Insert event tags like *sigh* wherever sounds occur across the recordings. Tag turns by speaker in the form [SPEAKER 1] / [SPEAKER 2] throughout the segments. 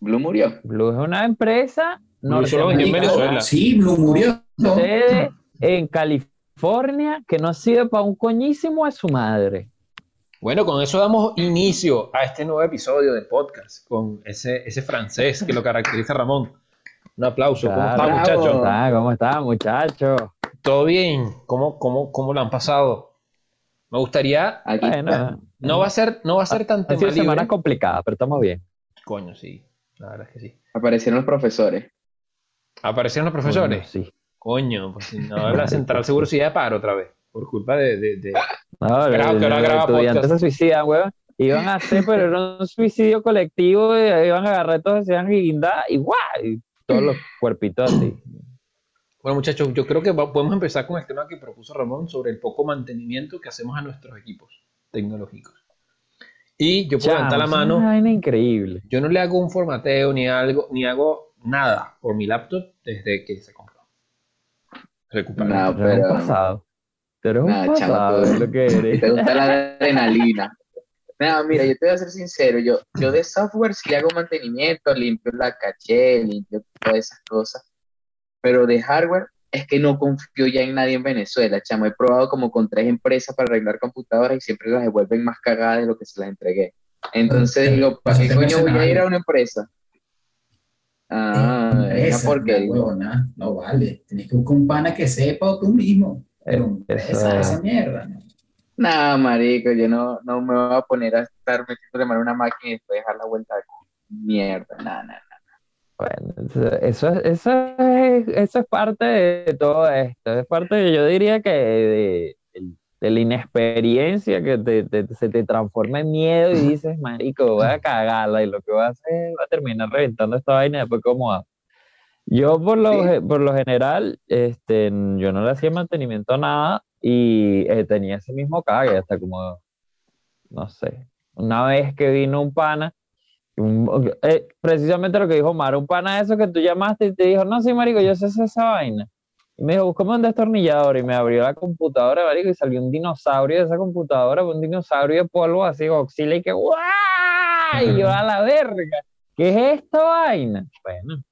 [SPEAKER 1] murió.
[SPEAKER 2] Blue es una empresa
[SPEAKER 3] Blue solo vendió en Venezuela.
[SPEAKER 4] Sí, Blue murió. ¿no?
[SPEAKER 2] sede en California que no sirve para un coñísimo a su madre.
[SPEAKER 3] Bueno, con eso damos inicio a este nuevo episodio del podcast con ese, ese francés que lo caracteriza Ramón. Un aplauso. ¿Cómo está,
[SPEAKER 2] Claro.
[SPEAKER 3] muchacho?
[SPEAKER 2] ¿Cómo está? ¿Cómo está, muchacho?
[SPEAKER 3] ¿Todo bien? ¿Cómo, cómo, cómo lo han pasado? Me gustaría.
[SPEAKER 1] Aquí está.
[SPEAKER 2] Bueno,
[SPEAKER 3] No va a ser, no va a ser tan
[SPEAKER 2] Ah, ha
[SPEAKER 3] tema
[SPEAKER 2] sido
[SPEAKER 3] libre.
[SPEAKER 2] semana complicada, pero estamos bien.
[SPEAKER 3] Coño, sí. La verdad es que sí.
[SPEAKER 1] aparecieron los profesores.
[SPEAKER 3] Aparecieron los
[SPEAKER 2] Coño,
[SPEAKER 3] profesores.
[SPEAKER 2] sí.
[SPEAKER 3] Coño, pues si no, la central seguro sí de paro otra vez. Por culpa de. de- de-
[SPEAKER 2] No,
[SPEAKER 3] Graba-
[SPEAKER 2] los-
[SPEAKER 3] que ahora
[SPEAKER 2] los
[SPEAKER 3] graba
[SPEAKER 2] estudiantes
[SPEAKER 3] podcast.
[SPEAKER 2] se suicidan, weón. Iban a hacer, pero era un suicidio colectivo, y iban a agarrar todos, se iban a guindar y ¡guau! Y todos los cuerpitos así.
[SPEAKER 3] Bueno, muchachos, yo creo que va- podemos empezar con el tema que propuso Ramón sobre el poco mantenimiento que hacemos a nuestros equipos tecnológicos. Y yo puedo
[SPEAKER 2] Chamo,
[SPEAKER 3] levantar la
[SPEAKER 2] es una
[SPEAKER 3] mano.
[SPEAKER 2] vaina increíble.
[SPEAKER 3] Yo no le hago un formateo ni algo, ni hago nada por mi laptop desde que se compró. Recuperé.
[SPEAKER 1] Nada,
[SPEAKER 2] Tú eres un
[SPEAKER 1] pero.
[SPEAKER 2] pasado. Tú eres un
[SPEAKER 1] Nah, chamo,
[SPEAKER 2] pasado,
[SPEAKER 1] tú-
[SPEAKER 2] es lo que
[SPEAKER 1] si
[SPEAKER 2] eres.
[SPEAKER 1] Te gusta la adrenalina. No, mira, yo te voy a ser sincero. Yo, yo de software sí le hago mantenimiento, limpio la caché, limpio todas esas cosas. Pero de hardware es que no confío ya en nadie en Venezuela, chamo. He probado como con tres empresas para arreglar computadoras y siempre las devuelven más cagadas de lo que se las entregué. Entonces digo, ¿para qué coño voy a ir a una empresa? Ah, es
[SPEAKER 4] Empresa,
[SPEAKER 1] una porquería.
[SPEAKER 4] huevona, No vale. Tienes que buscar un pana que sepa o tú mismo. Pero empresa,
[SPEAKER 2] Eso.
[SPEAKER 4] esa mierda. ¿no?
[SPEAKER 1] No, marico, yo no, no me voy a poner a estar metiendo la mano en una máquina y después dejar la vuelta de cu- mierda, nada, nada.
[SPEAKER 2] Bueno, eso- eso, es- eso, es, eso es parte de todo esto, es parte, yo diría que de, de la inexperiencia que te- te- se te transforma en miedo y dices, marico, voy a cagarla y lo que voy a hacer es voy a terminar reventando esta vaina y después cómo hago. Yo por lo,
[SPEAKER 1] Sí.
[SPEAKER 2] ge- por lo general, este, yo no le hacía mantenimiento a nada y eh, tenía ese mismo cague hasta como, no sé, una vez que vino un pana un- eh, precisamente lo que dijo Omar, un pana de esos que tú llamaste y te dijo, no, sí, marico, yo sé hacer esa vaina. Y me dijo, búscame un destornillador y me abrió la computadora, marico, y salió un dinosaurio de esa computadora, un dinosaurio de polvo así, oxila y que ¡guau! Y yo a la verga, ¿qué es esta vaina? Bueno,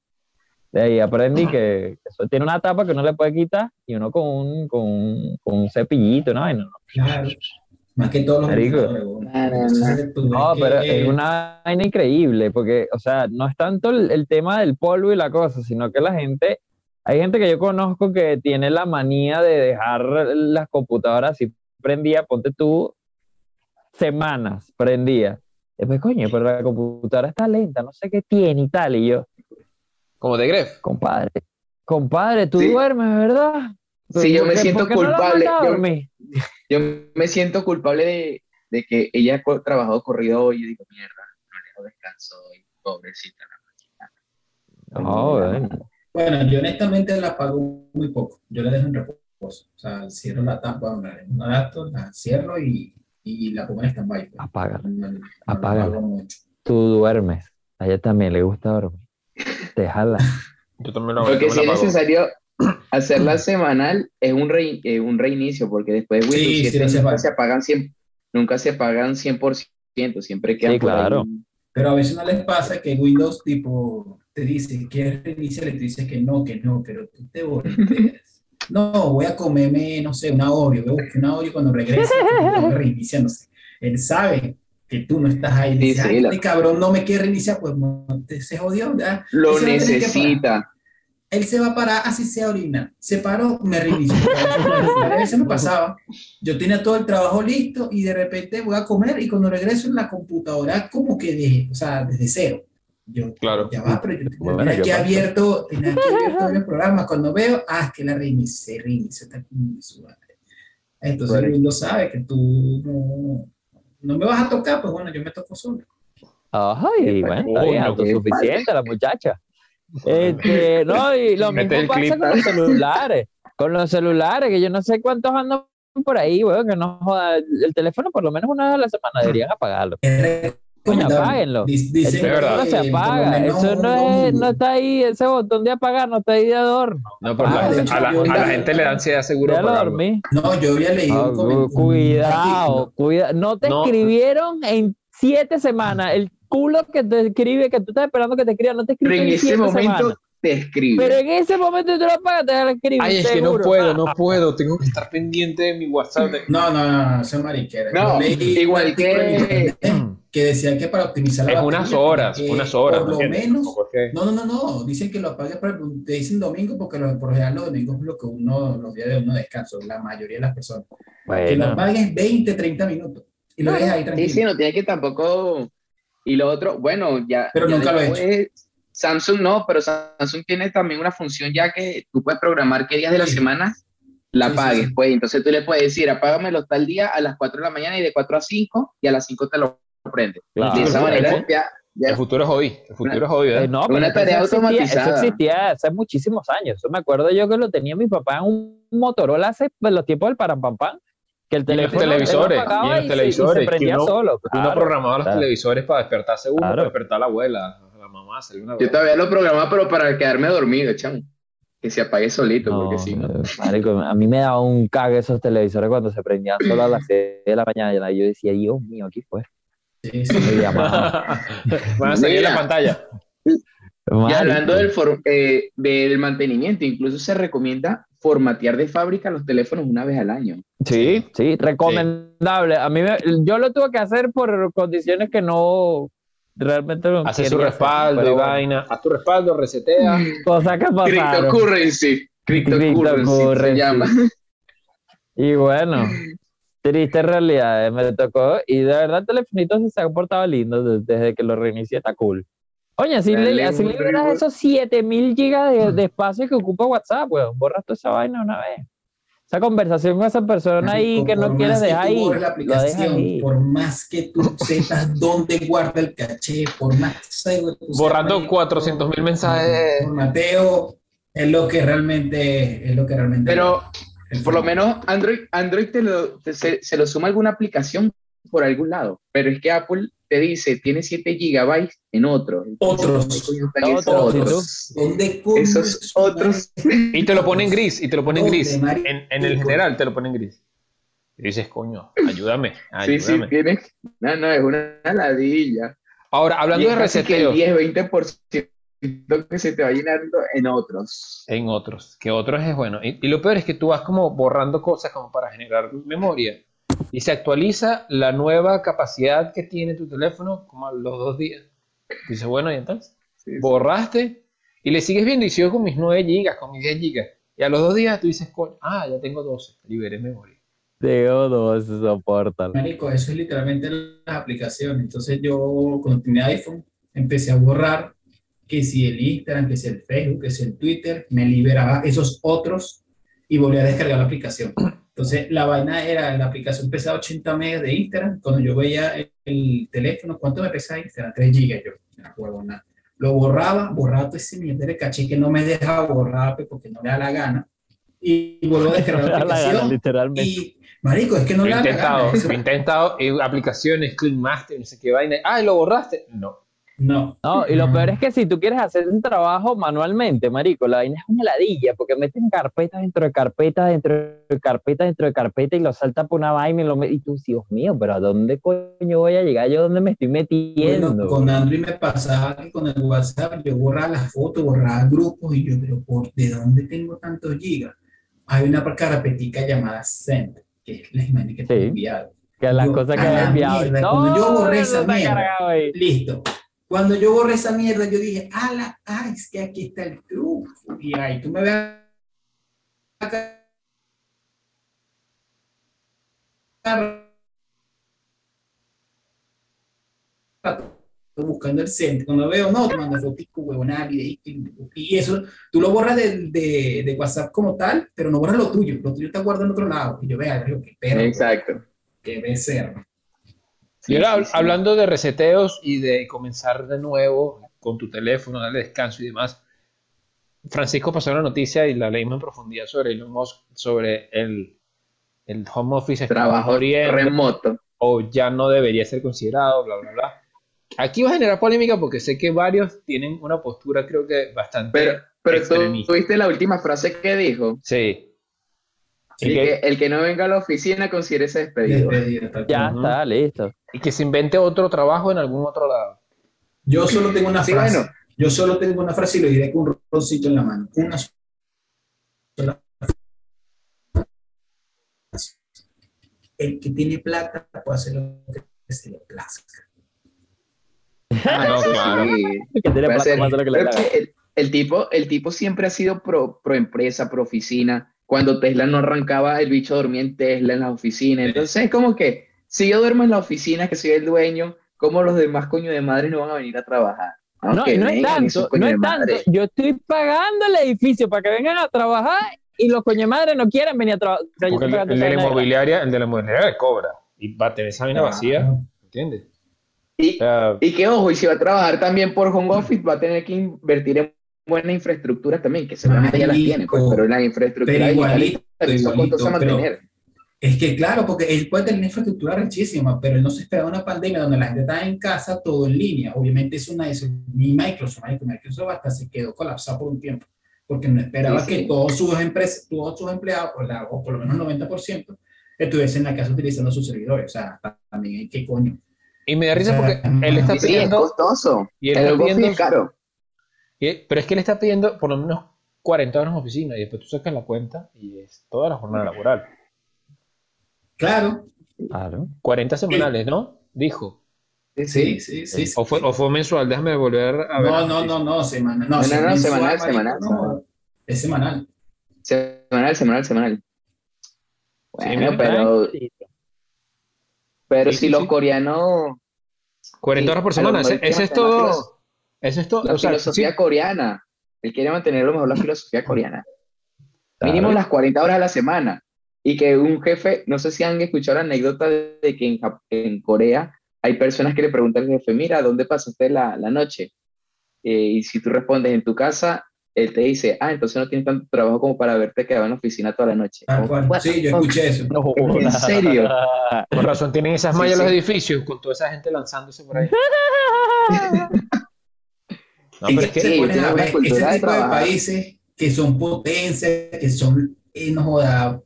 [SPEAKER 2] de ahí aprendí que eso tiene una tapa que uno le puede quitar y uno con un, con un, con un cepillito, ¿no? Y no-
[SPEAKER 4] Claro. Más que todos los
[SPEAKER 2] Marico.
[SPEAKER 4] computadores, huevón.
[SPEAKER 1] No, no,
[SPEAKER 4] Entonces, tú
[SPEAKER 2] No,
[SPEAKER 4] ves
[SPEAKER 2] pero
[SPEAKER 4] que- eh,
[SPEAKER 2] es una vaina increíble, porque, o sea, no es tanto el, el tema del polvo y la cosa, sino que la gente, hay gente que yo conozco que tiene la manía de dejar las computadoras así prendía, ponte tú, semanas prendía. Después, coño, pero la computadora está lenta, no sé qué tiene y tal, y yo,
[SPEAKER 3] Como de Gref.
[SPEAKER 2] compadre, compadre, tú
[SPEAKER 1] Sí.
[SPEAKER 2] duermes, ¿verdad?
[SPEAKER 1] Sí, yo
[SPEAKER 2] ¿Por
[SPEAKER 1] me
[SPEAKER 2] qué-
[SPEAKER 1] siento
[SPEAKER 2] por qué no la has
[SPEAKER 1] culpable,
[SPEAKER 2] mandado a
[SPEAKER 1] yo-
[SPEAKER 2] dormir?
[SPEAKER 1] Yo me siento culpable de, de que ella co- trabajó corrido hoy y digo, mierda, no le hago descanso hoy, pobrecita.
[SPEAKER 2] No, bueno.
[SPEAKER 4] Bueno, yo honestamente la pago muy poco. Yo la dejo en reposo. O sea, cierro la tapa, me la dejo en una laptop, la cierro y, y la pongo en stand-by. pues.
[SPEAKER 2] apágala.
[SPEAKER 4] No- no la
[SPEAKER 2] Apágala.
[SPEAKER 4] pago mucho.
[SPEAKER 2] tú duermes. A ella también le gusta dormir. Te jala.
[SPEAKER 3] Yo también lo
[SPEAKER 1] Lo que
[SPEAKER 3] yo me
[SPEAKER 1] sí
[SPEAKER 3] la
[SPEAKER 1] es
[SPEAKER 3] pago.
[SPEAKER 1] necesario *clears throat* hacerla semanal es un, rein- eh, un reinicio, porque después de
[SPEAKER 4] Sí,
[SPEAKER 1] Windows
[SPEAKER 4] sí,
[SPEAKER 1] 7
[SPEAKER 4] hace
[SPEAKER 1] nunca
[SPEAKER 4] falta.
[SPEAKER 1] se apagan 100, nunca se apagan 100%, siempre quedan por ahí.
[SPEAKER 2] claro.
[SPEAKER 4] Pero a veces no les pasa que Windows, tipo, te dice, ¿quieres reiniciar? Y tú dices que no, que no, pero tú
[SPEAKER 1] *laughs*
[SPEAKER 4] te volteas. No, voy a comerme, no sé, una Oreo. Voy a buscar una Oreo y cuando regrese, pues, reinicia, no sé. Él sabe que tú no estás ahí.
[SPEAKER 1] Sí,
[SPEAKER 4] Dice,
[SPEAKER 1] sí,
[SPEAKER 4] "Ay,
[SPEAKER 1] la-
[SPEAKER 4] este cabrón no me quiere reiniciar, pues no, te, se jodió, ya.
[SPEAKER 1] Lo
[SPEAKER 4] Eso no tiene que
[SPEAKER 1] necesita.
[SPEAKER 4] Él se va a parar, así sea orina. Se paró,
[SPEAKER 1] *laughs*
[SPEAKER 4] me reinició. A veces me pasaba. Yo tenía todo el trabajo listo y de repente voy a comer y cuando regreso en la computadora, como que de, o sea, desde cero. Yo,
[SPEAKER 3] Claro.
[SPEAKER 4] ya va, pero yo
[SPEAKER 2] Bueno,
[SPEAKER 4] tenía
[SPEAKER 2] ¿qué
[SPEAKER 4] aquí
[SPEAKER 2] pasa?
[SPEAKER 4] abierto, tenía aquí
[SPEAKER 2] *laughs*
[SPEAKER 4] abierto el programa. Cuando veo, ah, que la reinicié, reinicié, está con su madre. Entonces
[SPEAKER 1] Vale.
[SPEAKER 4] Windows sabe que tú no, no me vas a tocar, pues bueno, yo me toco solo.
[SPEAKER 2] Ajá, y bueno, está
[SPEAKER 3] coño,
[SPEAKER 2] bien,
[SPEAKER 3] qué
[SPEAKER 2] autosuficiente la muchacha. Este, no, y lo
[SPEAKER 3] *laughs* Mete el
[SPEAKER 2] mismo pasa
[SPEAKER 3] clip.
[SPEAKER 2] con los celulares. Con los celulares, que yo no sé cuántos andan por ahí, weón, que no joda. El teléfono por lo menos una vez a la semana deberían apagarlo.
[SPEAKER 4] Es
[SPEAKER 2] Coño,
[SPEAKER 4] recomendable.
[SPEAKER 2] apáguenlo.
[SPEAKER 4] Dic-
[SPEAKER 2] El
[SPEAKER 4] dicen que,
[SPEAKER 2] teléfono no se
[SPEAKER 4] eh, por lo
[SPEAKER 2] apaga,
[SPEAKER 4] menos
[SPEAKER 2] eso no, es,
[SPEAKER 4] domingo.
[SPEAKER 2] no está ahí, ese botón de apagar no está ahí de adorno.
[SPEAKER 3] No, pero la-
[SPEAKER 4] Ah, de hecho,
[SPEAKER 3] a, la,
[SPEAKER 4] yo-
[SPEAKER 3] a la gente le da ansiedad seguro.
[SPEAKER 2] De
[SPEAKER 3] por algo.
[SPEAKER 2] dormir.
[SPEAKER 4] No, yo había leído
[SPEAKER 2] Ah,
[SPEAKER 4] un comen- un
[SPEAKER 2] cuidado,
[SPEAKER 4] artículo.
[SPEAKER 2] cuidado. No te
[SPEAKER 3] No.
[SPEAKER 2] escribieron en siete semanas. El culo que te escribe, que tú estás esperando que te escriba, no te escribe.
[SPEAKER 1] Pero en
[SPEAKER 2] ni
[SPEAKER 1] ese
[SPEAKER 2] siete
[SPEAKER 1] momento
[SPEAKER 2] semanas.
[SPEAKER 1] te escribe.
[SPEAKER 2] Pero en ese momento tú lo apagas, te la escribe.
[SPEAKER 3] Ay, es que no
[SPEAKER 2] seguro.
[SPEAKER 3] puedo, no puedo. Tengo que estar pendiente de mi WhatsApp.
[SPEAKER 4] *clears throat*
[SPEAKER 3] de-
[SPEAKER 4] No, no, no, no, son mariqueras.
[SPEAKER 1] No,
[SPEAKER 4] Yo leí
[SPEAKER 1] igual
[SPEAKER 4] un artículo en
[SPEAKER 1] que-
[SPEAKER 4] internet que decía que para optimizar la
[SPEAKER 3] Es
[SPEAKER 4] batería,
[SPEAKER 3] unas horas,
[SPEAKER 4] que
[SPEAKER 3] unas horas.
[SPEAKER 4] Por
[SPEAKER 3] ¿me
[SPEAKER 4] lo
[SPEAKER 3] entiendes?
[SPEAKER 4] menos.
[SPEAKER 3] Tampoco es que-
[SPEAKER 4] No, no, no, no. Dicen que lo apague, por ejemplo, te dicen domingo porque lo- por lo general los domingos es lo que uno, los días de uno descanso, la mayoría de las personas. Que lo
[SPEAKER 2] Bueno.
[SPEAKER 4] apagues 20, 30 minutos y lo dejes ahí
[SPEAKER 1] Sí, sí,
[SPEAKER 4] tranquilo.
[SPEAKER 1] no tiene que tampoco. Y lo otro, bueno, ya.
[SPEAKER 4] Pero
[SPEAKER 1] ya
[SPEAKER 4] nunca lo he
[SPEAKER 1] después, Samsung no, pero Samsung tiene también una función ya que tú puedes programar qué días de la
[SPEAKER 4] Sí.
[SPEAKER 1] semana la
[SPEAKER 4] Sí, sí,
[SPEAKER 1] pagues,
[SPEAKER 4] sí.
[SPEAKER 1] pues. Entonces tú le puedes decir, apágamelo tal día a las 4 de la mañana y de 4 a 5 y a las 5 te lo prende.
[SPEAKER 2] Claro.
[SPEAKER 1] De esa manera
[SPEAKER 3] Claro.
[SPEAKER 1] ya. ya-
[SPEAKER 3] El futuro es hoy. El futuro es hoy,
[SPEAKER 2] Eh,
[SPEAKER 3] ¿verdad?
[SPEAKER 2] no,
[SPEAKER 1] Una
[SPEAKER 2] pero eso
[SPEAKER 1] tarea
[SPEAKER 2] existía-
[SPEAKER 1] automatizada.
[SPEAKER 2] Eso existía hace muchísimos años. Eso me acuerdo yo que lo tenía mi papá en un Motorola hace pues, los tiempos del parampampán. Que el
[SPEAKER 3] Y en los
[SPEAKER 2] teléfono
[SPEAKER 3] televisores,
[SPEAKER 2] se apagaba
[SPEAKER 3] y en los
[SPEAKER 2] se-
[SPEAKER 3] televisores,
[SPEAKER 2] se,
[SPEAKER 3] que
[SPEAKER 2] prendía
[SPEAKER 3] uno-
[SPEAKER 2] solo.
[SPEAKER 3] uno
[SPEAKER 2] claro.
[SPEAKER 3] programaba los
[SPEAKER 2] claro.
[SPEAKER 3] televisores para despertarse uno,
[SPEAKER 2] Claro.
[SPEAKER 3] para despertar a la abuela, a la mamá, a salir una
[SPEAKER 1] Yo todavía lo programaba, pero para quedarme dormido, chamo. Que se apague solito,
[SPEAKER 2] No,
[SPEAKER 1] porque si no.
[SPEAKER 2] eh, marico, a mí me daba un cague esos televisores cuando se prendían solo a las 6 de la mañana. Yo decía, Dios mío, aquí fue.
[SPEAKER 4] Sí, sí.
[SPEAKER 2] Me llamaba.
[SPEAKER 3] Van a salir en la
[SPEAKER 1] Mira.
[SPEAKER 3] pantalla.
[SPEAKER 1] Y hablando
[SPEAKER 2] Marico.
[SPEAKER 1] del, for- eh, del mantenimiento, incluso se recomienda formatear de fábrica los teléfonos una vez al año.
[SPEAKER 2] Sí, sí, recomendable. A mí me- yo lo tuve que hacer por condiciones que no realmente no
[SPEAKER 3] Haces su
[SPEAKER 2] quería hacer,
[SPEAKER 3] respaldo
[SPEAKER 2] pero
[SPEAKER 3] y
[SPEAKER 2] bueno,
[SPEAKER 3] vaina. Haz tu respaldo, resetea.
[SPEAKER 1] Mm.
[SPEAKER 2] Cosas que pasaron.
[SPEAKER 1] Cryptocurrency. Cryptocurrency se
[SPEAKER 2] Cryptocurrency.
[SPEAKER 1] llama.
[SPEAKER 2] Y bueno, triste realidad, eh, me tocó. Y de verdad, Telefonito se ha portado lindo de- desde que lo reinicié, está cool. Oye, así,
[SPEAKER 1] Dale
[SPEAKER 2] le, así
[SPEAKER 1] un
[SPEAKER 2] liberas
[SPEAKER 1] reboot.
[SPEAKER 2] esos 7000 gigas
[SPEAKER 3] Mm.
[SPEAKER 2] de, de espacio que ocupa WhatsApp, weón. Borras toda esa vaina una vez. Esa conversación con esa persona ahí
[SPEAKER 4] Marico,
[SPEAKER 2] que no
[SPEAKER 4] por
[SPEAKER 2] quieres
[SPEAKER 4] más que
[SPEAKER 2] dejar
[SPEAKER 4] tú
[SPEAKER 2] ahí.
[SPEAKER 4] borres la
[SPEAKER 2] Lo dejas
[SPEAKER 4] aplicación,
[SPEAKER 2] ahí.
[SPEAKER 4] por más que tú sepas dónde guarda el caché, por más que sepas, tú
[SPEAKER 3] Borrando
[SPEAKER 4] sepas,
[SPEAKER 3] 400.000
[SPEAKER 1] eh.
[SPEAKER 3] mensajes.
[SPEAKER 4] Por Mateo, es lo que realmente es lo que realmente
[SPEAKER 1] Pero
[SPEAKER 4] el-
[SPEAKER 1] por lo menos Android, Android te lo- te- se, se lo suma alguna aplicación por algún lado. Pero es que Apple te dice, tiene 7 gigabytes en otro.
[SPEAKER 4] Otros.
[SPEAKER 1] Otros.
[SPEAKER 2] Otros,
[SPEAKER 4] ¿Dónde coño
[SPEAKER 1] Esos
[SPEAKER 4] es-
[SPEAKER 1] otros.
[SPEAKER 3] Y te lo ponen gris, y te lo ponen
[SPEAKER 4] ¿Dónde,
[SPEAKER 3] gris.
[SPEAKER 4] marico?
[SPEAKER 3] En, en el general te lo ponen gris. Y dices, coño, ayúdame,
[SPEAKER 1] Sí, sí,
[SPEAKER 3] ayúdame.
[SPEAKER 1] tienes. No, no, es una ladilla.
[SPEAKER 3] Ahora, hablando
[SPEAKER 1] Y es
[SPEAKER 3] de
[SPEAKER 1] casi que
[SPEAKER 3] reseteos
[SPEAKER 1] El 10-20% que se te va llenando en otros.
[SPEAKER 3] en otros, que otros es bueno. Y, y lo peor es que tú vas como borrando cosas como para generar memoria. Y se actualiza la nueva capacidad que tiene tu teléfono como a los dos días. Dices, bueno, y entonces,
[SPEAKER 1] Sí, sí.
[SPEAKER 3] borraste y le sigues viendo y sigo con mis 9 gigas, con mis 10 gigas. Y a los dos días tú dices, coño, ah, ya tengo 12, liberé memoria.
[SPEAKER 2] Teo, no se soportan.
[SPEAKER 4] Marico, eso es literalmente las aplicaciones. Entonces yo cuando tenía iPhone empecé a borrar que si el Instagram, que si el Facebook, que si el Twitter, me liberaba esos otros y volvía a descargar la aplicación. Entonces la vaina era, la aplicación pesaba 80 megas de Instagram. Cuando yo veía el, el teléfono, ¿cuánto me pesaba Instagram? 3 gigas yo, no me acuerdo nada. Lo borraba, borraba todo ese mierda de caché que no me dejaba borrar pues, porque no me da la gana. Y, y vuelvo a
[SPEAKER 2] *laughs*
[SPEAKER 4] descargar
[SPEAKER 2] Da
[SPEAKER 4] la
[SPEAKER 2] la gana,
[SPEAKER 4] aplicación.
[SPEAKER 2] literalmente.
[SPEAKER 4] Y, marico, es que no
[SPEAKER 3] Lo
[SPEAKER 4] me
[SPEAKER 3] he
[SPEAKER 4] da la
[SPEAKER 3] intentado,
[SPEAKER 4] gana. Eso-
[SPEAKER 3] lo he intentado, eh, aplicaciones, Clean Master, no sé qué vaina. Ah, ¿y lo borraste? No.
[SPEAKER 4] No.
[SPEAKER 2] No, y lo peor es que si tú quieres hacer el trabajo manualmente, marico, la vaina es una ladilla, porque meten carpetas dentro de carpetas, dentro de carpetas, dentro de carpetas, y lo salta por una vaina y lo met- Y tú, Dios mío, pero ¿a dónde coño voy a llegar? ¿Yo dónde me estoy metiendo?
[SPEAKER 4] Bueno, con Android me pasaba que con el WhatsApp yo borraba las fotos, borraba grupos y yo, pero ¿por de dónde tengo tantos gigas? Hay una carpetica llamada Send, que es la imagen que te
[SPEAKER 2] Sí.
[SPEAKER 4] he enviado.
[SPEAKER 2] que las
[SPEAKER 4] yo-
[SPEAKER 2] cosas que
[SPEAKER 4] a
[SPEAKER 2] he
[SPEAKER 4] la
[SPEAKER 2] enviado.
[SPEAKER 4] mierda,
[SPEAKER 2] todo
[SPEAKER 4] cuando yo borré
[SPEAKER 2] eso
[SPEAKER 4] esa
[SPEAKER 2] está
[SPEAKER 4] mierda.
[SPEAKER 2] cargado ahí.
[SPEAKER 4] Listo. Cuando yo borré esa mierda, yo dije, ala, ah, es que aquí está el grupo. Y ahí tú me ves acá. buscando el centro, cuando veo, no, te mando fotico, huevonada, videíto, y eso, tú lo borras de, de, de WhatsApp como tal, pero no borras lo tuyo, lo tuyo está guardado en otro lado, y yo vea, yo, qué perro,
[SPEAKER 1] Exacto.
[SPEAKER 4] qué becerro.
[SPEAKER 3] y
[SPEAKER 1] Sí,
[SPEAKER 3] ahora,
[SPEAKER 1] sí,
[SPEAKER 3] hab-
[SPEAKER 1] sí.
[SPEAKER 3] hablando de reseteos y de comenzar de nuevo con tu teléfono, darle descanso y demás, Francisco pasó una noticia y la leímos en profundidad sobre Elon Musk, sobre el, el home office, está
[SPEAKER 1] Trabajo
[SPEAKER 3] muriendo,
[SPEAKER 1] remoto.
[SPEAKER 3] o ya no debería ser considerado, bla, bla, bla. Aquí va a generar polémica porque sé que varios tienen una postura, creo que bastante.
[SPEAKER 1] Pero, pero tú
[SPEAKER 3] extremista.
[SPEAKER 1] tuviste la última frase que dijo.
[SPEAKER 3] Sí.
[SPEAKER 1] Y que
[SPEAKER 3] Y que-
[SPEAKER 1] el que no venga a la oficina considere ese despedido.
[SPEAKER 4] Despedida, tal
[SPEAKER 2] Ya
[SPEAKER 3] Ujú.
[SPEAKER 2] está, listo.
[SPEAKER 3] y que se invente otro trabajo en algún otro lado.
[SPEAKER 4] Yo solo tengo una
[SPEAKER 1] Sí,
[SPEAKER 4] frase.
[SPEAKER 1] bueno.
[SPEAKER 4] Yo solo tengo una frase y lo diré con un roncito en la mano. Una sola frase. El que tiene plata puede hacer lo que se le plazca.
[SPEAKER 1] Ah,
[SPEAKER 3] Ah, No, claro.
[SPEAKER 1] Sí.
[SPEAKER 2] Que tiene
[SPEAKER 1] Puede
[SPEAKER 2] plata
[SPEAKER 1] ser.
[SPEAKER 2] más de lo que le
[SPEAKER 1] Creo
[SPEAKER 2] da.
[SPEAKER 1] que el, el tipo, el tipo siempre ha sido pro, pro empresa, pro oficina. Cuando Tesla no arrancaba, el bicho dormía en Tesla, en las oficinas. Entonces es como que, si yo duermo en la oficina, que soy el dueño, ¿cómo los demás coño de madre no van a venir a trabajar?
[SPEAKER 2] No,
[SPEAKER 1] Aunque
[SPEAKER 2] no es
[SPEAKER 1] vengan
[SPEAKER 2] tanto,
[SPEAKER 1] esos coño
[SPEAKER 2] no
[SPEAKER 1] de
[SPEAKER 2] es tanto.
[SPEAKER 1] madre.
[SPEAKER 2] Yo estoy pagando el edificio para que vengan a trabajar y los coñemadres no quieren venir a trabajar. O sea, yo estoy
[SPEAKER 3] Porque el,
[SPEAKER 2] pagando
[SPEAKER 3] el
[SPEAKER 2] esa vaina
[SPEAKER 3] de la
[SPEAKER 2] de gratis.
[SPEAKER 3] inmobiliaria, el de la inmobiliaria le cobra. Y va a tener esa vaina
[SPEAKER 4] Ah,
[SPEAKER 3] vacía, ¿entiendes? O
[SPEAKER 1] Y,
[SPEAKER 3] sea,
[SPEAKER 1] y que ojo, y si va a trabajar también por home office, va a tener que invertir en buena infraestructura también, que seguramente ya las
[SPEAKER 4] Marico.
[SPEAKER 1] tiene, pues, pero la infraestructura
[SPEAKER 4] Pero
[SPEAKER 1] digital
[SPEAKER 4] igualito,
[SPEAKER 1] que son costosas
[SPEAKER 4] igualito, pero-
[SPEAKER 1] mantener.
[SPEAKER 4] Es que claro, porque él puede tener una infraestructura richísima, pero él no se esperaba una pandemia donde la gente estaba en casa, todo en línea. Obviamente es una eso, ni Microsoft, marico, Microsoft hasta se quedó colapsado por un tiempo, porque no esperaba
[SPEAKER 1] Sí, sí.
[SPEAKER 4] que todos sus empresas, todos sus empleados, o, la- o por lo menos el 90%, estuviesen en la casa utilizando sus servidores. O sea, también hay que coño.
[SPEAKER 3] y me da risa porque él está
[SPEAKER 1] Y sí, es
[SPEAKER 3] pidiendo.
[SPEAKER 1] costoso.
[SPEAKER 3] Y él
[SPEAKER 1] el
[SPEAKER 3] está
[SPEAKER 1] home office
[SPEAKER 3] pidiendo
[SPEAKER 1] es caro.
[SPEAKER 3] Y- pero es que le está pidiendo por lo menos 40 horas en oficina y después tú sacas la cuenta y es toda la jornada laboral.
[SPEAKER 4] Claro,
[SPEAKER 2] Claro.
[SPEAKER 3] 40 semanales, ¿no? Dijo.
[SPEAKER 4] sí, sí, sí. sí.
[SPEAKER 3] O fue, o fue mensual, déjame volver a ver.
[SPEAKER 4] No, no, no, no, semana, no,
[SPEAKER 1] No, no,
[SPEAKER 4] si es
[SPEAKER 1] no,
[SPEAKER 4] mensual,
[SPEAKER 1] semanal,
[SPEAKER 4] marico,
[SPEAKER 1] semanal,
[SPEAKER 4] no,
[SPEAKER 1] semanal.
[SPEAKER 4] es semanal.
[SPEAKER 1] Semanal, semanal, semanal. Bueno,
[SPEAKER 3] mira,
[SPEAKER 1] pero, pero
[SPEAKER 3] Sí,
[SPEAKER 1] si
[SPEAKER 3] sí,
[SPEAKER 1] los
[SPEAKER 3] sí.
[SPEAKER 1] coreanos,
[SPEAKER 3] 40 horas por
[SPEAKER 1] Sí, a lo
[SPEAKER 3] semana, ese,
[SPEAKER 1] mejor
[SPEAKER 3] ese es
[SPEAKER 1] tiene alternativas.
[SPEAKER 3] todo. Eso es
[SPEAKER 1] *laughs*
[SPEAKER 3] todo.
[SPEAKER 1] la
[SPEAKER 3] O sea,
[SPEAKER 1] filosofía
[SPEAKER 3] sí,
[SPEAKER 1] coreana, él quiere mantener lo mejor la filosofía coreana. Mínimo las 40 horas a la semana. Y que un jefe, no sé si han escuchado la anécdota de de que en, Jap- en Corea hay personas que le preguntan al jefe, mira, ¿dónde pasaste la, la noche? Eh, y si tú respondes en tu casa, él te dice, ah, entonces no tienes tanto trabajo como para verte quedado en la oficina toda la noche.
[SPEAKER 4] Tal
[SPEAKER 3] Ah,
[SPEAKER 1] Como,
[SPEAKER 4] cual.
[SPEAKER 1] "What
[SPEAKER 4] Sí,
[SPEAKER 1] the
[SPEAKER 4] yo
[SPEAKER 1] fuck?".
[SPEAKER 4] escuché eso.
[SPEAKER 2] No,
[SPEAKER 1] ¿En
[SPEAKER 3] *laughs*
[SPEAKER 1] serio? *laughs*
[SPEAKER 3] Por razón tienen esas
[SPEAKER 1] Sí,
[SPEAKER 3] mallas
[SPEAKER 1] sí.
[SPEAKER 3] los edificios con toda esa gente lanzándose por ahí. No,
[SPEAKER 4] Y
[SPEAKER 3] pero es que
[SPEAKER 4] que te
[SPEAKER 1] Sí,
[SPEAKER 4] pones
[SPEAKER 1] tiene
[SPEAKER 4] a
[SPEAKER 1] una
[SPEAKER 4] ver ese
[SPEAKER 1] cultura de
[SPEAKER 4] tipo de
[SPEAKER 1] trabajar.
[SPEAKER 4] países que son potencias, que son eh, no joda,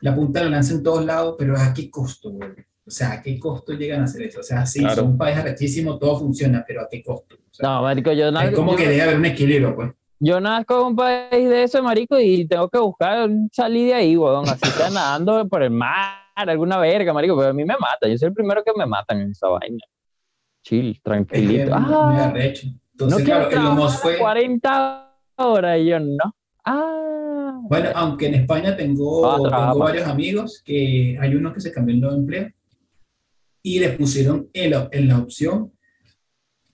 [SPEAKER 4] la punta de la lanza en todos lados, pero ¿a qué costo, güey? O sea, ¿a qué costo llegan a hacer eso? O sea, sí,
[SPEAKER 3] Claro.
[SPEAKER 4] son un país arrechísimo, todo funciona, pero ¿a qué costo? O sea,
[SPEAKER 2] No, marico, yo
[SPEAKER 4] es como
[SPEAKER 2] no,
[SPEAKER 4] que debe haber un equilibrio, pues.
[SPEAKER 2] Yo nazco en un país de eso, marico, y tengo que buscar salir de ahí, weón. Así
[SPEAKER 4] *laughs*
[SPEAKER 2] está nadando por el mar, alguna verga, marico, pero a mí me mata. Yo soy el primero que me matan en esa vaina. Chill,
[SPEAKER 4] Es que
[SPEAKER 2] tranquilito.
[SPEAKER 4] muy- muy
[SPEAKER 2] Ah,
[SPEAKER 4] arrecho.
[SPEAKER 2] no
[SPEAKER 4] Entonces,
[SPEAKER 2] quiero
[SPEAKER 4] claro, el
[SPEAKER 2] trabajar
[SPEAKER 4] Homos fue.
[SPEAKER 2] 40 horas y yo no. Ah,
[SPEAKER 4] Bueno, aunque en España tengo,
[SPEAKER 2] Ah,
[SPEAKER 4] tengo
[SPEAKER 2] trabaja.
[SPEAKER 4] varios amigos que hay unos que se cambiaron de empleo y les pusieron en la, en la opción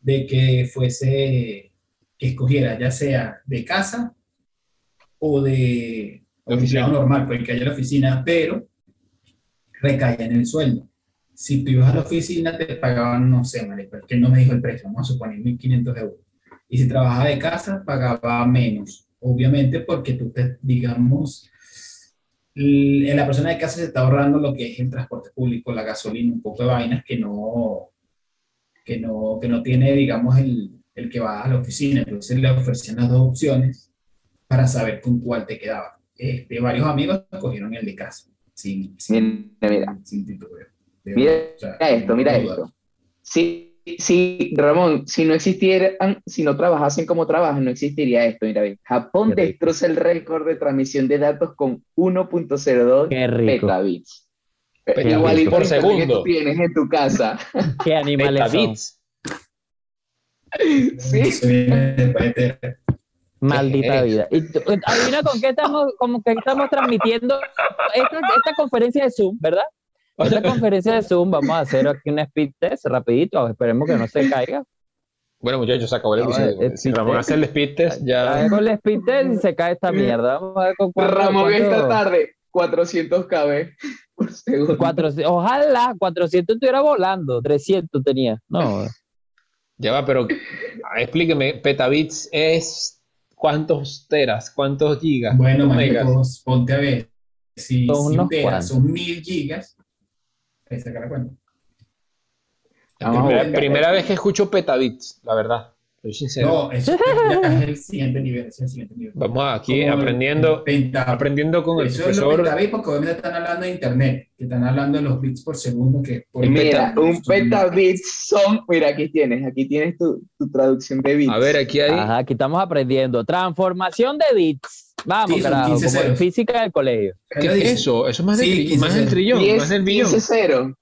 [SPEAKER 4] de que fuese, que escogiera ya sea de casa o de
[SPEAKER 3] De oficina.
[SPEAKER 4] empleado normal, porque haya la oficina, pero recaía en el sueldo. Si tú ibas a la oficina te pagaban, no sé, marico, es que no me dijo el precio, vamos a suponer 1.500 euros. Y si trabajaba de casa, pagaba menos. Obviamente, porque tú te, digamos, l- la persona de casa se está ahorrando lo que es el transporte público, la gasolina, un poco de vainas que no, que no, que no tiene, digamos, el, el que va a la oficina. Entonces le ofrecían las dos opciones para saber con cuál te quedaba. Este, varios amigos cogieron el de casa, sin, sin,
[SPEAKER 1] Mira, mira.
[SPEAKER 4] sin titubeo. De-
[SPEAKER 1] Mira
[SPEAKER 4] o sea,
[SPEAKER 1] Mira esto,
[SPEAKER 4] no
[SPEAKER 1] mira
[SPEAKER 4] dudar.
[SPEAKER 1] esto. Si, si, Ramón, si no existieran, si no trabajasen como trabajan, no existiría esto. Mira, ve. Japón
[SPEAKER 2] Qué rico.
[SPEAKER 1] destroza el récord de transmisión de datos con 1.02
[SPEAKER 2] qué rico.
[SPEAKER 1] petabits. Eh,
[SPEAKER 3] Petabits
[SPEAKER 1] Igualito
[SPEAKER 3] por
[SPEAKER 1] el internet que
[SPEAKER 3] segundo.
[SPEAKER 1] tú tienes en tu casa.
[SPEAKER 2] Qué animales son.
[SPEAKER 3] Petabits.
[SPEAKER 1] Sí.
[SPEAKER 4] Se viene después de-
[SPEAKER 2] Maldita
[SPEAKER 3] Eh, eh.
[SPEAKER 2] vida. Y tú- adivina con qué estamos, como que estamos transmitiendo esta, esta conferencia de Zoom, ¿verdad?
[SPEAKER 3] *laughs*
[SPEAKER 2] Esta conferencia de Zoom, vamos a hacer aquí un speed test rapidito, esperemos que no se caiga.
[SPEAKER 3] Bueno, muchachos, se acabó el
[SPEAKER 2] No,
[SPEAKER 3] episodio.
[SPEAKER 2] eh,
[SPEAKER 3] Si Ramón
[SPEAKER 2] eh,
[SPEAKER 3] hace el speed test,
[SPEAKER 2] A
[SPEAKER 3] ya.
[SPEAKER 2] ver con el speed test y se cae esta mierda. Vamos a ver con *laughs* cuánto.
[SPEAKER 1] Ramón
[SPEAKER 2] cuánto-
[SPEAKER 1] esta tarde, 400 kb por segundo.
[SPEAKER 2] cuatro- ojalá 400 estuviera volando, 300 tenía. No,
[SPEAKER 3] Ya va, pero ah, explíqueme, petabits es cuántos teras, cuántos gigas,
[SPEAKER 4] Bueno,
[SPEAKER 3] cuántos megas.
[SPEAKER 4] maricos, ponte a ver. Si,
[SPEAKER 2] Son
[SPEAKER 4] si
[SPEAKER 2] unos
[SPEAKER 4] teras
[SPEAKER 2] cuantos.
[SPEAKER 4] son mil gigas, ahí saca la cuenta.
[SPEAKER 3] La primera,
[SPEAKER 1] Vamos a ver.
[SPEAKER 3] primera vez que escucho petabits, la verdad. Soy sincero.
[SPEAKER 4] No, eso ya es el siguiente nivel, es el siguiente nivel.
[SPEAKER 3] Vamos aquí
[SPEAKER 4] Como el
[SPEAKER 3] aprendiendo,
[SPEAKER 4] penta-
[SPEAKER 3] aprendiendo con el
[SPEAKER 4] Eso es lo
[SPEAKER 3] profesor.
[SPEAKER 4] pentabyte porque obviamente están hablando de internet, que están hablando de los bits por segundo que por
[SPEAKER 1] Mira, un petabit son. Mira, aquí tienes, aquí tienes tu, tu traducción de bits.
[SPEAKER 3] A ver, aquí hay.
[SPEAKER 2] Ajá, aquí estamos aprendiendo. Transformación de bits. Vamos,
[SPEAKER 4] Sí, son
[SPEAKER 2] carajo,
[SPEAKER 4] 15
[SPEAKER 2] como en
[SPEAKER 4] ceros.
[SPEAKER 2] física del colegio.
[SPEAKER 3] ¿Qué es eso? Eso es más, del,
[SPEAKER 4] Sí,
[SPEAKER 3] tri-
[SPEAKER 4] 15
[SPEAKER 3] más del
[SPEAKER 4] cero.
[SPEAKER 3] trillón, más
[SPEAKER 1] 10,
[SPEAKER 3] del billón.
[SPEAKER 1] 15 0.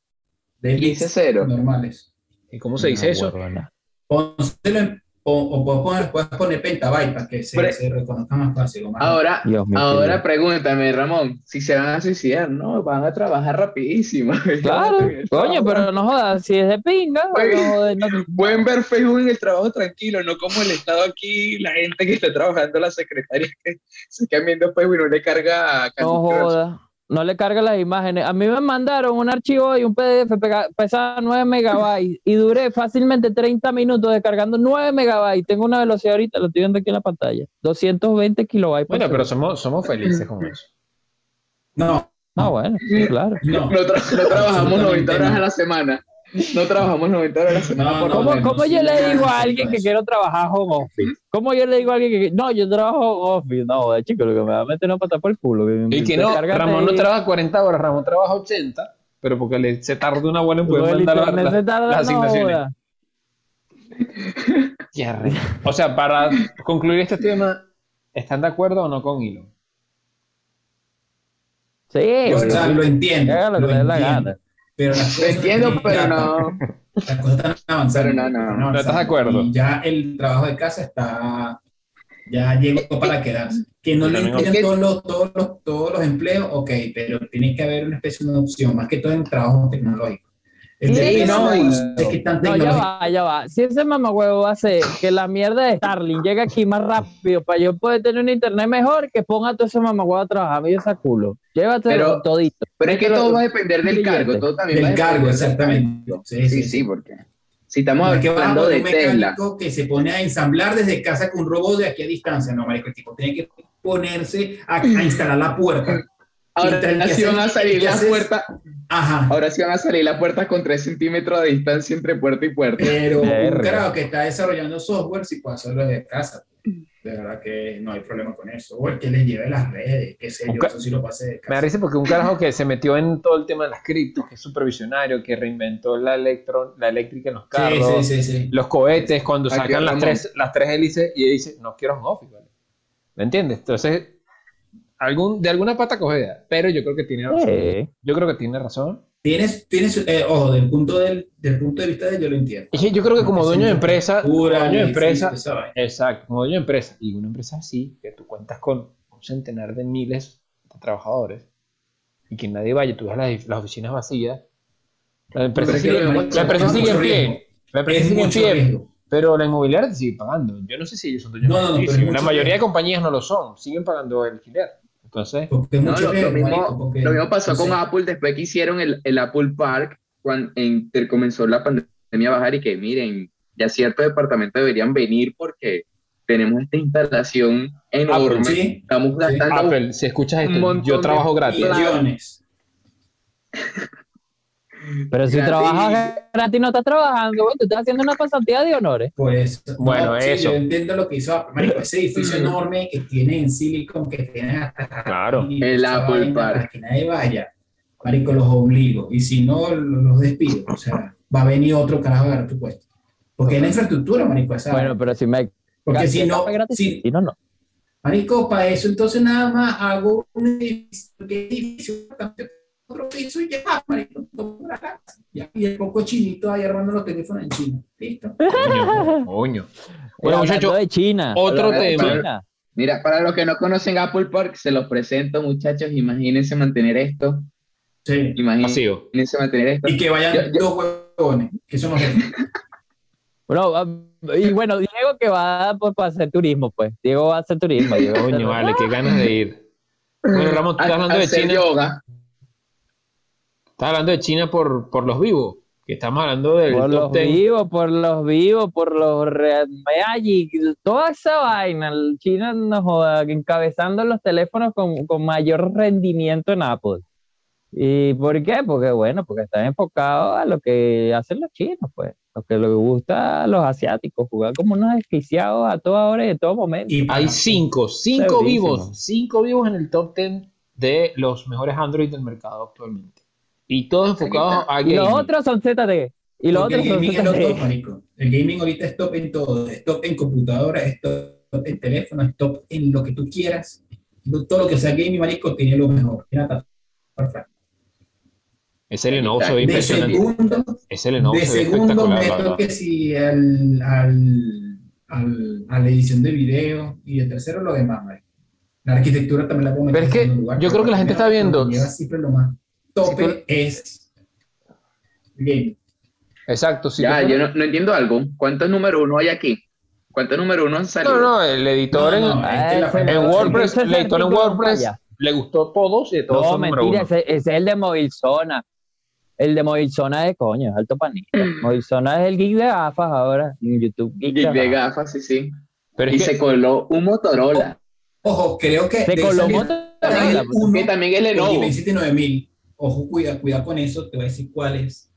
[SPEAKER 4] de
[SPEAKER 1] 15
[SPEAKER 4] bits
[SPEAKER 1] 0.
[SPEAKER 4] normales.
[SPEAKER 3] ¿Y cómo se dice
[SPEAKER 2] Una
[SPEAKER 3] eso?
[SPEAKER 2] huevona.
[SPEAKER 4] Pónselo en- o, o puedes poner, puedes poner pentabyte para que
[SPEAKER 1] Pero-
[SPEAKER 4] se, se reconozca más fácil. o más-
[SPEAKER 2] Ah,
[SPEAKER 1] Ahora,
[SPEAKER 2] Dios mío.
[SPEAKER 1] ahora pregúntame, Ramón, si se van a suicidar. No, van a trabajar rapidísimo. *laughs* Van
[SPEAKER 2] Claro,
[SPEAKER 1] a tener
[SPEAKER 2] coño,
[SPEAKER 1] trabajo.
[SPEAKER 2] pero no jodas, si es de pinga,
[SPEAKER 1] Oye.
[SPEAKER 2] no jodas, no-
[SPEAKER 1] Pueden ver Facebook en el trabajo tranquilo, no como el Estado aquí, la gente que está trabajando, la secretaria que se queda viendo Facebook y no le carga Candy
[SPEAKER 2] no
[SPEAKER 1] Crush.
[SPEAKER 2] jodas. No le carga las imágenes. A mí me mandaron un archivo y un PDF pega- pesaba 9 megabytes y duré fácilmente 30 minutos descargando 9 megabytes. Tengo una velocidad ahorita, lo estoy viendo aquí en la pantalla. 220 kilobytes. por
[SPEAKER 3] Bueno, pero
[SPEAKER 2] segundo.
[SPEAKER 3] somos, somos felices con eso.
[SPEAKER 4] No,
[SPEAKER 2] Ah, bueno, sí, claro. *laughs*
[SPEAKER 4] no.
[SPEAKER 1] No, tra- no trabajamos 90 horas a la semana. No trabajamos 90 horas a la semana.
[SPEAKER 4] No,
[SPEAKER 1] por
[SPEAKER 4] no,
[SPEAKER 1] lo
[SPEAKER 2] ¿Cómo,
[SPEAKER 1] menos.
[SPEAKER 4] bueno,
[SPEAKER 2] cómo
[SPEAKER 4] sí,
[SPEAKER 2] yo le
[SPEAKER 4] ya,
[SPEAKER 2] digo
[SPEAKER 4] sí,
[SPEAKER 2] a alguien que
[SPEAKER 4] pues.
[SPEAKER 2] quiero trabajar home office? ¿Cómo yo le digo a alguien que no, yo trabajo home office? No, joder, chico, lo que me va a meter no pata por el culo. que
[SPEAKER 3] Y que no,
[SPEAKER 2] descárgate
[SPEAKER 3] Ramón no
[SPEAKER 2] ahí.
[SPEAKER 3] trabaja 40 horas, Ramón trabaja 80, pero porque le- se tarda una bola en
[SPEAKER 2] Luego
[SPEAKER 3] poder
[SPEAKER 2] el
[SPEAKER 3] mandar la-
[SPEAKER 2] internet
[SPEAKER 3] la-
[SPEAKER 2] se tarda,
[SPEAKER 3] las
[SPEAKER 2] no,
[SPEAKER 3] asignaciones.
[SPEAKER 2] joda.
[SPEAKER 3] Qué arrecho. O sea, para concluir este tema, ¿están de acuerdo o no con Elon?
[SPEAKER 2] Sí,
[SPEAKER 4] O sea,
[SPEAKER 2] boludo.
[SPEAKER 4] lo entiendo.
[SPEAKER 2] Haga lo que
[SPEAKER 4] lo
[SPEAKER 2] le dé la
[SPEAKER 4] entiendo,
[SPEAKER 2] gana.
[SPEAKER 4] Pero las
[SPEAKER 1] Lo
[SPEAKER 4] cosas
[SPEAKER 1] entiendo,
[SPEAKER 4] tienen
[SPEAKER 1] pero
[SPEAKER 4] ya-
[SPEAKER 1] no.
[SPEAKER 4] Las cosas están avanzando.
[SPEAKER 1] Pero no, no.
[SPEAKER 4] están
[SPEAKER 1] No
[SPEAKER 4] avanzando.
[SPEAKER 3] estás de acuerdo.
[SPEAKER 4] Y ya el trabajo de casa está. Ya llegó para quedarse. Que no
[SPEAKER 3] Pero
[SPEAKER 4] le
[SPEAKER 3] amigo-
[SPEAKER 4] incluyan todos los, todos, los, todos los empleos, ok, pero tiene que haber una especie de opción, más que todo en trabajo tecnológico. El de
[SPEAKER 2] Sí,
[SPEAKER 4] pesa,
[SPEAKER 1] no, y-
[SPEAKER 4] es que tan
[SPEAKER 2] No, ya
[SPEAKER 4] tecnológico.
[SPEAKER 2] va, ya va. Si ese mamagüevo hace que la mierda de Starling llegue aquí más rápido para yo poder tener un internet mejor, que ponga a todo ese mamagüevo a trabajar y esa culo. Llévate
[SPEAKER 1] Pero-
[SPEAKER 2] todito.
[SPEAKER 1] Pero es que
[SPEAKER 2] Pero-
[SPEAKER 1] todo va a depender del cargo. Todo también va a
[SPEAKER 4] del
[SPEAKER 1] depender
[SPEAKER 4] cargo,
[SPEAKER 1] del
[SPEAKER 4] exactamente. Sí,
[SPEAKER 1] cargo.
[SPEAKER 4] sí,
[SPEAKER 1] Sí,
[SPEAKER 4] sí.
[SPEAKER 1] sí, porque si estamos
[SPEAKER 4] No es que vas a
[SPEAKER 1] hablando
[SPEAKER 4] poner
[SPEAKER 1] de
[SPEAKER 4] un
[SPEAKER 1] Tesla.
[SPEAKER 4] mecánico que se pone a ensamblar desde casa con un robot de aquí a distancia. No, marico, el tipo tiene que ponerse a, a instalar la puerta.
[SPEAKER 1] Ahora
[SPEAKER 4] Mientras que
[SPEAKER 1] sí van a
[SPEAKER 4] haces-
[SPEAKER 1] salir
[SPEAKER 4] que
[SPEAKER 1] las
[SPEAKER 4] haces-
[SPEAKER 1] puertas.
[SPEAKER 4] Ajá.
[SPEAKER 1] Ahora sí van a salir las puertas con 3 centímetros de distancia entre puerta y puerta.
[SPEAKER 3] *laughs*
[SPEAKER 4] Pero un
[SPEAKER 2] Verga.
[SPEAKER 4] carajo que está desarrollando software, si puede hacerlo desde casa. De verdad que no hay problema con eso. O el que les lleve las redes, qué sé yo,
[SPEAKER 3] Ok.
[SPEAKER 4] eso sí lo pase desde
[SPEAKER 3] Me da
[SPEAKER 4] casa.
[SPEAKER 3] risa porque un carajo que se metió en todo el tema de las criptos, que es supervisionario, que reinventó la, electro, la eléctrica en los carros,
[SPEAKER 4] Sí, sí, sí, sí.
[SPEAKER 3] los cohetes, cuando
[SPEAKER 1] Aquí
[SPEAKER 3] sacan las
[SPEAKER 1] Ramón.
[SPEAKER 3] tres, las tres hélices y él dice, no quiero un office, ¿vale? ¿Me entiendes? Entonces, algún, de alguna pata cogida, pero yo creo que tiene razón.
[SPEAKER 2] Sí.
[SPEAKER 3] Yo creo que tiene razón.
[SPEAKER 4] Tienes, tienes eh, ojo, del punto, del, del punto de vista de yo lo entiendo.
[SPEAKER 3] Y Yo creo que como dueño de empresa, como
[SPEAKER 4] Pura,
[SPEAKER 3] dueño de
[SPEAKER 4] sí,
[SPEAKER 3] empresa,
[SPEAKER 4] sí, esa vaina.
[SPEAKER 3] Exacto, como dueño de empresa. Y una empresa así, que tú cuentas con un centenar de miles de trabajadores y que nadie vaya, tú ves las, las oficinas vacías. La empresa
[SPEAKER 1] Pero es que
[SPEAKER 3] sigue,
[SPEAKER 1] lo
[SPEAKER 3] la
[SPEAKER 1] demás-
[SPEAKER 3] empresa
[SPEAKER 4] es
[SPEAKER 3] sigue en
[SPEAKER 4] mucho
[SPEAKER 3] pie.
[SPEAKER 4] riesgo.
[SPEAKER 3] La empresa
[SPEAKER 4] Es
[SPEAKER 3] sigue en
[SPEAKER 4] mucho
[SPEAKER 3] pie,
[SPEAKER 4] riesgo.
[SPEAKER 3] Pero la inmobiliaria te sigue pagando. Yo no sé si ellos son dueños
[SPEAKER 4] No, no,
[SPEAKER 3] de
[SPEAKER 4] no, pero es
[SPEAKER 3] edificio. La
[SPEAKER 4] mucho
[SPEAKER 3] mayoría de
[SPEAKER 4] riesgo.
[SPEAKER 3] compañías no lo son, siguen pagando alquiler. Entonces,
[SPEAKER 4] Porque es
[SPEAKER 1] No,
[SPEAKER 4] mucho
[SPEAKER 1] lo,
[SPEAKER 4] riesgo,
[SPEAKER 1] lo mismo,
[SPEAKER 4] marico, porque-
[SPEAKER 1] lo mismo pasó con
[SPEAKER 4] no sé.
[SPEAKER 1] Apple después que hicieron el, el Apple Park, cuando entre- comenzó la pandemia a bajar y que miren, ya ciertos departamentos deberían venir porque tenemos esta instalación enorme.
[SPEAKER 4] Sí.
[SPEAKER 1] Estamos gastando
[SPEAKER 3] Apple, si escuchas
[SPEAKER 1] un
[SPEAKER 3] esto,
[SPEAKER 1] montón
[SPEAKER 3] yo
[SPEAKER 1] de
[SPEAKER 3] trabajo gratis.
[SPEAKER 1] plata.
[SPEAKER 4] Millones.
[SPEAKER 2] Pero si
[SPEAKER 1] Gratis.
[SPEAKER 2] trabajas gratis, no estás trabajando, güey, tú estás haciendo una pasantía de honores.
[SPEAKER 4] Por eso.
[SPEAKER 3] Bueno,
[SPEAKER 4] Pues, sí,
[SPEAKER 3] eso.
[SPEAKER 4] yo entiendo lo que hizo Apple. Marico, ese edificio
[SPEAKER 1] Mm.
[SPEAKER 4] enorme que tiene en Silicon, que tiene hasta
[SPEAKER 3] Claro.
[SPEAKER 4] Y
[SPEAKER 1] El
[SPEAKER 4] esa
[SPEAKER 1] Apple
[SPEAKER 4] vaina
[SPEAKER 1] Park.
[SPEAKER 4] Para que nadie vaya. Marico, los obligo. Y si no, los despido. O sea, va a venir otro carajo a agarrar tu puesto. Porque es la infraestructura, marico. esa-
[SPEAKER 2] Bueno, pero si me.
[SPEAKER 4] porque si no,
[SPEAKER 2] gratis,
[SPEAKER 4] si-
[SPEAKER 2] si no, no.
[SPEAKER 4] marico, para eso entonces nada más hago un edificio, que edificio, otro piso y ya, marico, todo por acá. Ya, y el poco chinito ahí armando los teléfonos en China. Listo. *laughs*
[SPEAKER 3] Coño, coño.
[SPEAKER 2] Hablando
[SPEAKER 3] Bueno, muchachos,
[SPEAKER 2] de China.
[SPEAKER 3] otro
[SPEAKER 2] hablando de
[SPEAKER 1] tema.
[SPEAKER 2] China.
[SPEAKER 1] Mira, para los que no conocen Apple Park, se los presento, muchachos. Imagínense mantener esto.
[SPEAKER 4] Sí.
[SPEAKER 1] Imagínense
[SPEAKER 3] vacío.
[SPEAKER 1] mantener esto.
[SPEAKER 4] Y que vayan
[SPEAKER 1] Yo-
[SPEAKER 4] dos huevones, que son los jefes.
[SPEAKER 2] Bueno, ah, y bueno, Diego que va por, para hacer turismo, pues. Diego va a hacer turismo.
[SPEAKER 3] *laughs*
[SPEAKER 2] Diego va a hacer-
[SPEAKER 3] Coño, vale, qué ganas de
[SPEAKER 4] *laughs*
[SPEAKER 3] ir. Bueno, Ramón, tú estás hablando de
[SPEAKER 1] Hacer
[SPEAKER 3] China.
[SPEAKER 1] yoga.
[SPEAKER 3] Estás hablando de China por, por los vivos, que estamos hablando del
[SPEAKER 2] Por los
[SPEAKER 3] top 10.
[SPEAKER 2] vivos, por los vivos, por los Red Magic, toda esa vaina. el China nos joda, encabezando los teléfonos con, con mayor rendimiento en Apple. ¿Y por qué? Porque bueno, porque están enfocados a lo que hacen los chinos, pues. Lo que les gusta a los asiáticos, jugar como unos desquiciados a toda hora y en todo momento.
[SPEAKER 4] Y
[SPEAKER 3] Hay
[SPEAKER 4] para-
[SPEAKER 3] cinco, cinco
[SPEAKER 2] Segurísimo.
[SPEAKER 3] vivos, cinco vivos en el top 10 de los mejores Android del mercado actualmente. Y todos enfocados a
[SPEAKER 2] Y los
[SPEAKER 3] gaming.
[SPEAKER 2] otros son ZTE. Y los
[SPEAKER 4] porque
[SPEAKER 2] otros
[SPEAKER 4] el
[SPEAKER 2] son
[SPEAKER 4] gaming es lo top,
[SPEAKER 2] ZTE.
[SPEAKER 4] marico. El gaming ahorita es top en todo. Es top en computadora, es top en teléfono, es top en lo que tú quieras. Todo lo que sea gaming, marico, tiene lo mejor. Mira, ta- perfecto.
[SPEAKER 3] Ese Lenovo se ve
[SPEAKER 1] De
[SPEAKER 4] De
[SPEAKER 3] impresionante.
[SPEAKER 4] segundo,
[SPEAKER 3] Ese Lenovo
[SPEAKER 4] de
[SPEAKER 3] se ve
[SPEAKER 4] segundo
[SPEAKER 3] espectacular. la
[SPEAKER 4] meto
[SPEAKER 3] verdad.
[SPEAKER 4] que si al, al, al- a la edición de video y el tercero lo demás, marico. La arquitectura también la puedo meter
[SPEAKER 3] Pero es
[SPEAKER 4] en
[SPEAKER 3] que
[SPEAKER 4] segundo lugar,
[SPEAKER 3] yo creo que la gente está
[SPEAKER 4] primero,
[SPEAKER 3] viendo-
[SPEAKER 4] lo que lleva siempre lo más tope
[SPEAKER 3] Sí,
[SPEAKER 4] es gaming.
[SPEAKER 3] Exacto, sí.
[SPEAKER 1] ya,
[SPEAKER 3] tú-
[SPEAKER 1] yo no, no entiendo algo. ¿Cuántos número uno hay aquí? ¿Cuántos número uno han salido?
[SPEAKER 3] No, no, el editor en,
[SPEAKER 4] No, no, es que la
[SPEAKER 2] en
[SPEAKER 3] en
[SPEAKER 4] primera-
[SPEAKER 3] WordPress,
[SPEAKER 2] Ese es
[SPEAKER 3] el
[SPEAKER 2] el
[SPEAKER 3] editor en
[SPEAKER 2] artículo de
[SPEAKER 3] WordPress
[SPEAKER 2] pantalla.
[SPEAKER 3] le gustó todos y de todos
[SPEAKER 2] No,
[SPEAKER 3] son número
[SPEAKER 2] mentira,
[SPEAKER 3] uno.
[SPEAKER 2] ese, ese es el de Movilzona. El de Movilzona de coño, es alto panita. Movilzona es el geek de gafas ahora en YouTube. geek de
[SPEAKER 1] Geek de
[SPEAKER 2] gafas.
[SPEAKER 1] gafas, sí, sí.
[SPEAKER 3] Pero
[SPEAKER 1] Y
[SPEAKER 3] es
[SPEAKER 1] se
[SPEAKER 3] que,
[SPEAKER 1] coló un Motorola.
[SPEAKER 4] Ojo, creo que
[SPEAKER 2] Se
[SPEAKER 4] de esa
[SPEAKER 2] coló
[SPEAKER 4] misma-
[SPEAKER 1] También,
[SPEAKER 2] Motorola.
[SPEAKER 4] el uno,
[SPEAKER 1] que también es
[SPEAKER 4] el
[SPEAKER 1] Lenovo.
[SPEAKER 4] 2709000. Ojo, cuida, cuida con eso, te voy a decir cuál es.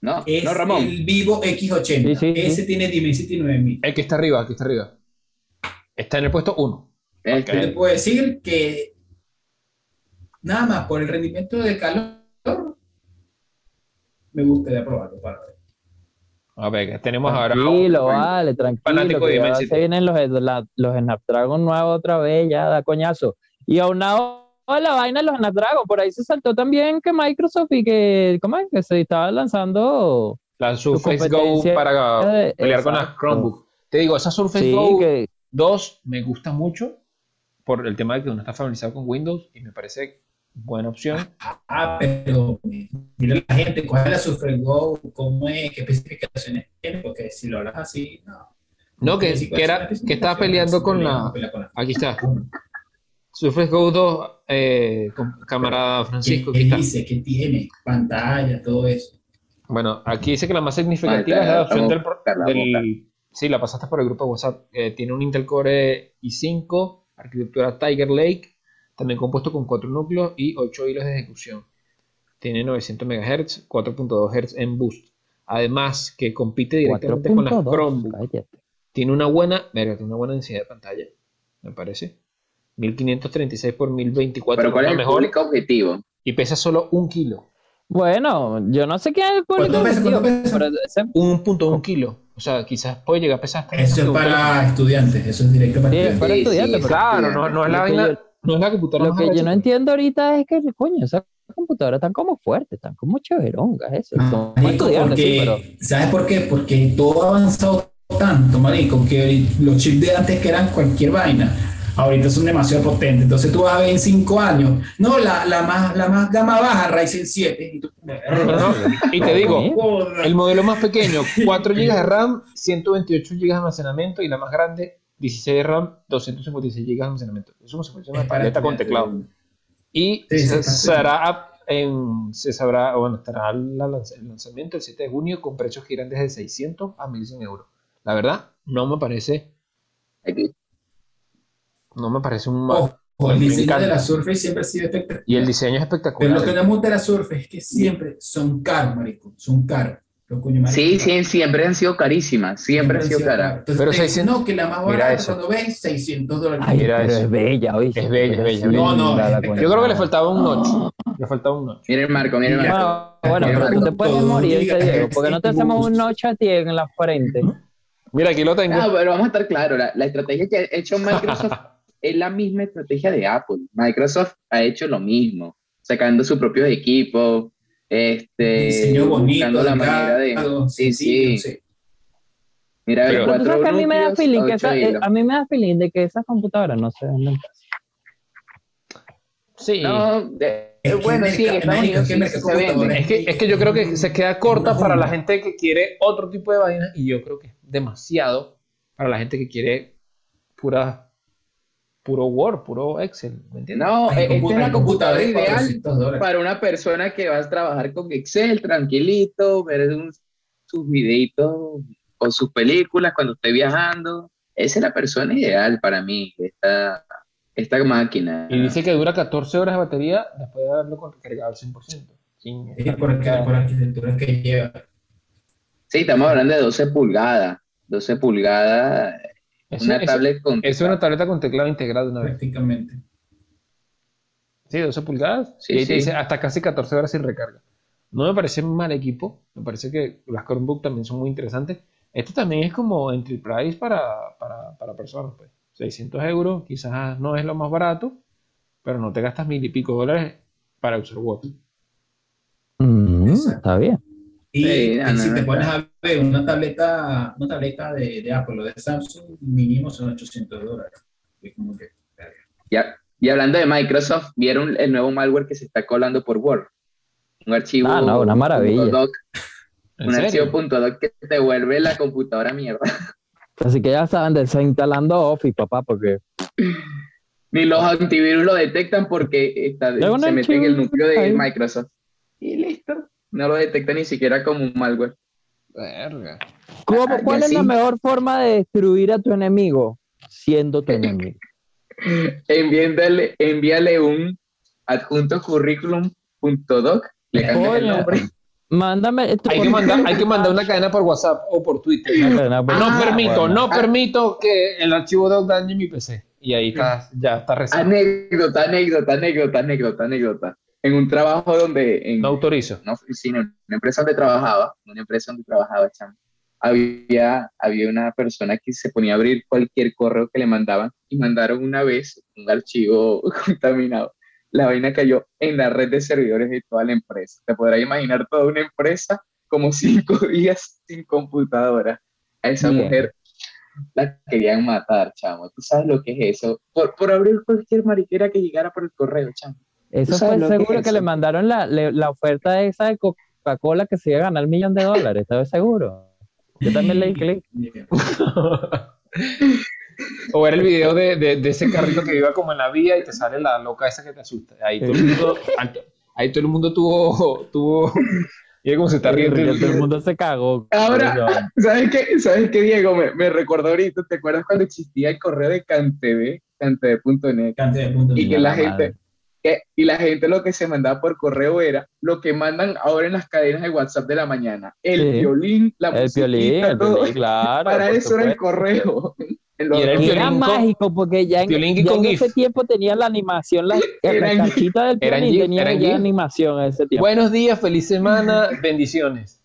[SPEAKER 1] No,
[SPEAKER 4] Es
[SPEAKER 1] no, Ramón.
[SPEAKER 4] el Vivo X80.
[SPEAKER 2] Sí, sí,
[SPEAKER 4] Ese tiene Dimensity 9000.
[SPEAKER 3] el que está arriba, el que está arriba. Está en el puesto uno.
[SPEAKER 1] Este,
[SPEAKER 4] Yo te puedo decir que nada más por el rendimiento de calor me gustaría probarlo para ver.
[SPEAKER 3] A ver, tenemos ahora.
[SPEAKER 2] Tranquilo, vale, tranquilo.
[SPEAKER 3] Fanático de
[SPEAKER 2] Que ya
[SPEAKER 3] Dimensity.
[SPEAKER 2] se vienen los, la- los Snapdragon nuevos otra vez, ya da coñazo. Y aunado a la vaina de los Snapdragon, por ahí se saltó también que Microsoft y que, ¿cómo es? Que se estaba lanzando.
[SPEAKER 3] La Surface Go
[SPEAKER 2] competencia-
[SPEAKER 3] para
[SPEAKER 2] eh,
[SPEAKER 3] pelear con las
[SPEAKER 2] exacto.
[SPEAKER 3] Chromebook. Te digo, esa Surface
[SPEAKER 2] Sí,
[SPEAKER 3] Go
[SPEAKER 2] que
[SPEAKER 3] 2 me gusta mucho por el tema de que uno está familiarizado con Windows y me parece buena
[SPEAKER 2] *laughs*
[SPEAKER 3] opción.
[SPEAKER 4] Ah, pero mira la gente, ¿cuál es la Super Go? ¿Cómo es? ¿Qué especificaciones tiene? Porque si lo hablas así, no.
[SPEAKER 3] No, que-
[SPEAKER 4] Sí,
[SPEAKER 3] que era- que estaba peleando con la-
[SPEAKER 4] pelea con la-
[SPEAKER 2] *laughs*
[SPEAKER 3] Aquí está. Surface Go 2, eh, con- camarada
[SPEAKER 4] ¿Qué,
[SPEAKER 3] Francisco,
[SPEAKER 4] qué
[SPEAKER 3] aquí está.
[SPEAKER 4] dice? ¿Qué tiene? Pantalla, todo eso.
[SPEAKER 3] Bueno, aquí dice que la más significativa
[SPEAKER 1] Vale,
[SPEAKER 3] es la
[SPEAKER 1] vamos
[SPEAKER 3] opción
[SPEAKER 1] a
[SPEAKER 3] del, pro-
[SPEAKER 1] buscarla,
[SPEAKER 3] del-
[SPEAKER 1] vamos a
[SPEAKER 3] Sí, la pasaste por el grupo de WhatsApp. Eh, tiene un Intel Core i5, arquitectura Tiger Lake, también compuesto con 4 núcleos y 8 hilos de ejecución. Tiene 900 MHz, 4.2 Hz en boost. Además, que compite directamente con las
[SPEAKER 2] 4.2,
[SPEAKER 3] Chromebook.
[SPEAKER 2] cállate.
[SPEAKER 3] Tiene una buena, verga, tiene una buena densidad de pantalla, me parece. 1536 por 1024
[SPEAKER 1] pero
[SPEAKER 3] es
[SPEAKER 1] ¿cuál es
[SPEAKER 3] la
[SPEAKER 1] el
[SPEAKER 3] mejor
[SPEAKER 1] público objetivo?
[SPEAKER 3] y pesa solo un kilo.
[SPEAKER 2] Bueno, yo no sé qué es el público
[SPEAKER 4] ¿Cuánto pesa?
[SPEAKER 2] objetivo,
[SPEAKER 4] ¿Cuánto pesa?
[SPEAKER 2] pero ese-
[SPEAKER 3] 1.1 kilo. O sea, quizás puede llegar a pesar hasta
[SPEAKER 4] Eso es
[SPEAKER 3] 1.1
[SPEAKER 4] para estudiantes, eso es directo para
[SPEAKER 2] Sí,
[SPEAKER 4] estudiantes.
[SPEAKER 2] para
[SPEAKER 1] Sí,
[SPEAKER 2] estudiantes,
[SPEAKER 1] sí,
[SPEAKER 2] pero-
[SPEAKER 3] Claro, no, no es la
[SPEAKER 2] Lo que
[SPEAKER 3] vaina-
[SPEAKER 2] yo-
[SPEAKER 3] no es la computadora
[SPEAKER 2] Lo
[SPEAKER 3] más
[SPEAKER 2] que yo no
[SPEAKER 3] arrecha.
[SPEAKER 2] entiendo ahorita es que, coño, esas computadoras están como fuertes, están como chéverongas, eso. Son
[SPEAKER 4] Ah, Marico,
[SPEAKER 2] estudiantes, sí, pero.
[SPEAKER 4] porque- ¿Sabes por qué? Porque todo ha avanzado tanto, marico, que ahorita- los chips de antes que eran cualquier vaina, ahorita son demasiado potentes. Entonces tú vas a ver en 5 años, no, la, la, más, la más gama baja, Ryzen 7. Y tú,
[SPEAKER 3] No, no, Y te digo,
[SPEAKER 4] Joder.
[SPEAKER 3] el modelo más pequeño, 4 GB de RAM, 128 GB de almacenamiento y la más grande, 16 de RAM, 256 GB de almacenamiento. Eso como si fuese una
[SPEAKER 4] Es para
[SPEAKER 3] tableta con
[SPEAKER 4] estudiantes.
[SPEAKER 3] teclado. Y
[SPEAKER 4] Sí, sí,
[SPEAKER 3] se,
[SPEAKER 4] está
[SPEAKER 3] será ap- en, se sabrá, bueno, estará la lanz- el lanzamiento el 7 de junio con precios girantes de 600 a 1100 euros. La verdad, no me parece,
[SPEAKER 1] Aquí.
[SPEAKER 3] no me parece un mal.
[SPEAKER 4] Ojo, el
[SPEAKER 3] Me
[SPEAKER 4] diseño
[SPEAKER 3] encanta.
[SPEAKER 4] de la Surface siempre ha sido espectacular.
[SPEAKER 3] Y el diseño es
[SPEAKER 4] Pero lo
[SPEAKER 3] espectacular.
[SPEAKER 4] que no me gusta de la Surface es que siempre son caros, marico, son caros. Los coño marico.
[SPEAKER 1] Sí, sí, siempre han sido carísimas, siempre han sido caras.
[SPEAKER 4] Entonces
[SPEAKER 3] Pero
[SPEAKER 4] te dicen,
[SPEAKER 3] 600,
[SPEAKER 4] no, que la más
[SPEAKER 3] mira
[SPEAKER 4] barata
[SPEAKER 3] eso.
[SPEAKER 4] cuando ves 600 dólares.
[SPEAKER 2] Ay,
[SPEAKER 3] Mira
[SPEAKER 2] pero
[SPEAKER 3] eso.
[SPEAKER 2] es bella, oye.
[SPEAKER 3] Es bella, es
[SPEAKER 2] Pero
[SPEAKER 3] bella,
[SPEAKER 2] sí,
[SPEAKER 4] no, no,
[SPEAKER 2] la- la
[SPEAKER 4] es-
[SPEAKER 2] coña.
[SPEAKER 3] Yo creo que le faltaba un 8. Le faltaba un 8.
[SPEAKER 1] Miren Marco, miren
[SPEAKER 4] Mira.
[SPEAKER 1] Marco.
[SPEAKER 2] Bueno, bueno,
[SPEAKER 1] Yo
[SPEAKER 2] pero
[SPEAKER 1] creo
[SPEAKER 2] tú
[SPEAKER 4] que
[SPEAKER 2] te puedes
[SPEAKER 4] todo
[SPEAKER 2] morir,
[SPEAKER 4] diga
[SPEAKER 2] te
[SPEAKER 4] que
[SPEAKER 2] digo, porque no te hacemos un
[SPEAKER 4] existe.
[SPEAKER 2] noche a ti en la frente.
[SPEAKER 3] Mira, aquí lo tengo.
[SPEAKER 1] Ah,
[SPEAKER 4] *laughs*
[SPEAKER 1] pero vamos a estar claros, la, la estrategia que ha hecho Microsoft es la misma estrategia de Apple. Microsoft ha hecho lo mismo, sacando sus propios equipos, este,
[SPEAKER 4] diseño bonito,
[SPEAKER 1] buscando la manera
[SPEAKER 4] delgado,
[SPEAKER 1] de... Sí,
[SPEAKER 4] sencillo,
[SPEAKER 1] sí,
[SPEAKER 4] sí.
[SPEAKER 1] mira, ver,
[SPEAKER 3] Pero-
[SPEAKER 2] Pero tú
[SPEAKER 1] cuatro
[SPEAKER 2] sabes que a mí me da
[SPEAKER 1] núcleos,
[SPEAKER 2] feeling que
[SPEAKER 1] ocho
[SPEAKER 2] esa- eh,
[SPEAKER 1] hilos.
[SPEAKER 2] a mí me da feeling de que esas computadoras no se venden.
[SPEAKER 3] Sí.
[SPEAKER 1] No, de-
[SPEAKER 4] Es que
[SPEAKER 1] bueno,
[SPEAKER 4] el
[SPEAKER 1] sí, en
[SPEAKER 4] merca-
[SPEAKER 1] Estados
[SPEAKER 4] marico,
[SPEAKER 1] Unidos
[SPEAKER 4] es que
[SPEAKER 1] sí se
[SPEAKER 4] el mercado computador
[SPEAKER 1] vende.
[SPEAKER 3] Es que, es que yo creo que se queda corta para la gente que quiere otro tipo de vainas y yo creo que es demasiado para la gente que quiere pura, puro Word, puro Excel. ¿Me entiendes?
[SPEAKER 1] No,
[SPEAKER 4] Hay
[SPEAKER 1] esta es
[SPEAKER 4] compu-
[SPEAKER 1] la
[SPEAKER 4] hay computadora
[SPEAKER 1] computadora
[SPEAKER 4] de
[SPEAKER 1] ideal
[SPEAKER 4] 400 dólares.
[SPEAKER 1] para una persona que va a trabajar con Excel tranquilito, ver un- sus videitos o sus películas cuando esté viajando. Esa es la persona ideal para mí, esta, Esta máquina.
[SPEAKER 3] Y dice que dura 14 horas de batería después de haberlo con- cargado al 100%. Sin
[SPEAKER 4] Sí,
[SPEAKER 3] estar
[SPEAKER 4] por,
[SPEAKER 3] conectado.
[SPEAKER 4] acá, por arquitectura que lleva.
[SPEAKER 1] Sí, estamos hablando de 12 pulgadas. 12 pulgadas,
[SPEAKER 3] Es
[SPEAKER 1] una
[SPEAKER 3] es-
[SPEAKER 1] tablet con...
[SPEAKER 3] es una tableta con teclado integrado de una vez.
[SPEAKER 4] prácticamente.
[SPEAKER 3] Sí, 12 pulgadas.
[SPEAKER 1] Sí,
[SPEAKER 3] y ahí
[SPEAKER 1] sí.
[SPEAKER 3] te dice hasta casi 14 horas sin recarga. No me parece un mal equipo. Me parece que las Chromebook también son muy interesantes. Esto también es como Enterprise para, para, para personas. Pues. 600 euros, quizás no es lo más barato, pero no te gastas mil y pico dólares para usar Word.
[SPEAKER 2] Mm,
[SPEAKER 4] Exacto.
[SPEAKER 2] está bien.
[SPEAKER 4] Y,
[SPEAKER 1] Sí, no,
[SPEAKER 4] y
[SPEAKER 1] no,
[SPEAKER 4] si
[SPEAKER 1] no
[SPEAKER 4] te
[SPEAKER 1] está.
[SPEAKER 4] pones a ver una tableta, una tableta de, de Apple o de Samsung, mínimo son 800 dólares. Es como que,
[SPEAKER 1] Ya- y hablando de Microsoft, ¿vieron el nuevo malware que se está colando por Word? Un archivo...
[SPEAKER 2] Ah, no, una maravilla.
[SPEAKER 1] punto doc,
[SPEAKER 3] ¿En
[SPEAKER 1] un
[SPEAKER 3] serio?
[SPEAKER 1] archivo punto doc que te vuelve la computadora mierda.
[SPEAKER 2] Así que ya saben, desinstalando Office, papá, porque
[SPEAKER 1] Ni los antivirus lo detectan porque está,
[SPEAKER 2] Luego no
[SPEAKER 1] se mete en el
[SPEAKER 2] archivo,
[SPEAKER 1] núcleo de
[SPEAKER 2] ahí.
[SPEAKER 1] Microsoft. Y listo. No lo detecta ni siquiera como un malware.
[SPEAKER 3] Verga.
[SPEAKER 2] ¿Cómo-
[SPEAKER 1] Ah,
[SPEAKER 2] ¿cuál
[SPEAKER 1] ya
[SPEAKER 2] es la
[SPEAKER 1] sí.
[SPEAKER 2] mejor forma de destruir a tu enemigo? Siendo tu enemigo.
[SPEAKER 1] Envíale, envíale un adjunto currículum.doc. Le cambias el
[SPEAKER 2] Coño.
[SPEAKER 1] nombre.
[SPEAKER 2] Mándame esto
[SPEAKER 3] Hay
[SPEAKER 2] por-
[SPEAKER 3] que, mandar, hay que mandar una cadena por WhatsApp o por Twitter.
[SPEAKER 2] Cadena por-
[SPEAKER 3] No
[SPEAKER 1] Ah,
[SPEAKER 3] permito,
[SPEAKER 2] bueno.
[SPEAKER 3] no permito que el archivo de dañe mi PC. Y ahí está, ya está resuelto.
[SPEAKER 1] Anécdota, anécdota, anécdota, anécdota, anécdota. En un trabajo donde, en
[SPEAKER 3] No autorizo.
[SPEAKER 1] una oficina, en una empresa donde trabajaba, en una empresa donde trabajaba, chamo, había, había una persona que se ponía a abrir cualquier correo que le mandaban y mandaron una vez un archivo *laughs* contaminado. La vaina cayó en la red de servidores de toda la empresa. Te podrás imaginar toda una empresa como cinco *laughs* días sin computadora. A esa
[SPEAKER 2] Bien.
[SPEAKER 1] mujer la querían matar, chamo. ¿Tú sabes lo que es eso? Por, por abrir cualquier mariquera que llegara por el correo, chamo.
[SPEAKER 2] Eso
[SPEAKER 1] ¿Tú sabes
[SPEAKER 2] fue
[SPEAKER 1] lo que
[SPEAKER 2] seguro
[SPEAKER 1] es
[SPEAKER 2] que le
[SPEAKER 1] eso?
[SPEAKER 2] mandaron la, le- la oferta esa de Coca-Cola que se iba a ganar un millón de dólares, estaba seguro. Yo también leí clic.
[SPEAKER 4] yeah.
[SPEAKER 3] *laughs* O era el video de, de- de ese carrito que iba como en la vía y te sale la loca esa que te asusta. Ahí todo el mundo, ahí todo el mundo tuvo, tuvo, y como se *laughs* está riendo.
[SPEAKER 2] Horrible, Todo el mundo se cagó.
[SPEAKER 1] Ahora-
[SPEAKER 2] coño.
[SPEAKER 3] *laughs*
[SPEAKER 1] ¿Sabes qué? ¿Sabes qué, Diego? Me, me recordó ahorita, ¿te acuerdas cuando existía el correo de CanTV, CanTV.net?
[SPEAKER 4] Cantidad de puntos.
[SPEAKER 1] Y que la
[SPEAKER 2] madre.
[SPEAKER 1] gente, que- y la gente lo que se mandaba por correo era lo que mandan ahora en las cadenas de WhatsApp de la mañana. El
[SPEAKER 2] Sí.
[SPEAKER 1] violín, la
[SPEAKER 2] El piolín,
[SPEAKER 1] musiquita,
[SPEAKER 2] el
[SPEAKER 1] todo.
[SPEAKER 2] piolín, claro.
[SPEAKER 1] *laughs* Para
[SPEAKER 2] por
[SPEAKER 1] eso era el
[SPEAKER 2] supuesto.
[SPEAKER 1] correo. *laughs*
[SPEAKER 3] Y era el
[SPEAKER 2] Y Era
[SPEAKER 3] Piolín con-
[SPEAKER 2] mágico porque ya en,
[SPEAKER 3] Piolín y
[SPEAKER 2] ya
[SPEAKER 3] con
[SPEAKER 2] en
[SPEAKER 3] GIF.
[SPEAKER 2] ese tiempo tenía la animación, la, la
[SPEAKER 1] Eran-
[SPEAKER 2] canchita del
[SPEAKER 3] eran
[SPEAKER 2] piolín
[SPEAKER 3] GIF,
[SPEAKER 2] tenía
[SPEAKER 3] eran
[SPEAKER 2] ya
[SPEAKER 3] GIF.
[SPEAKER 2] animación en ese tiempo.
[SPEAKER 3] Buenos días, feliz semana, bendiciones.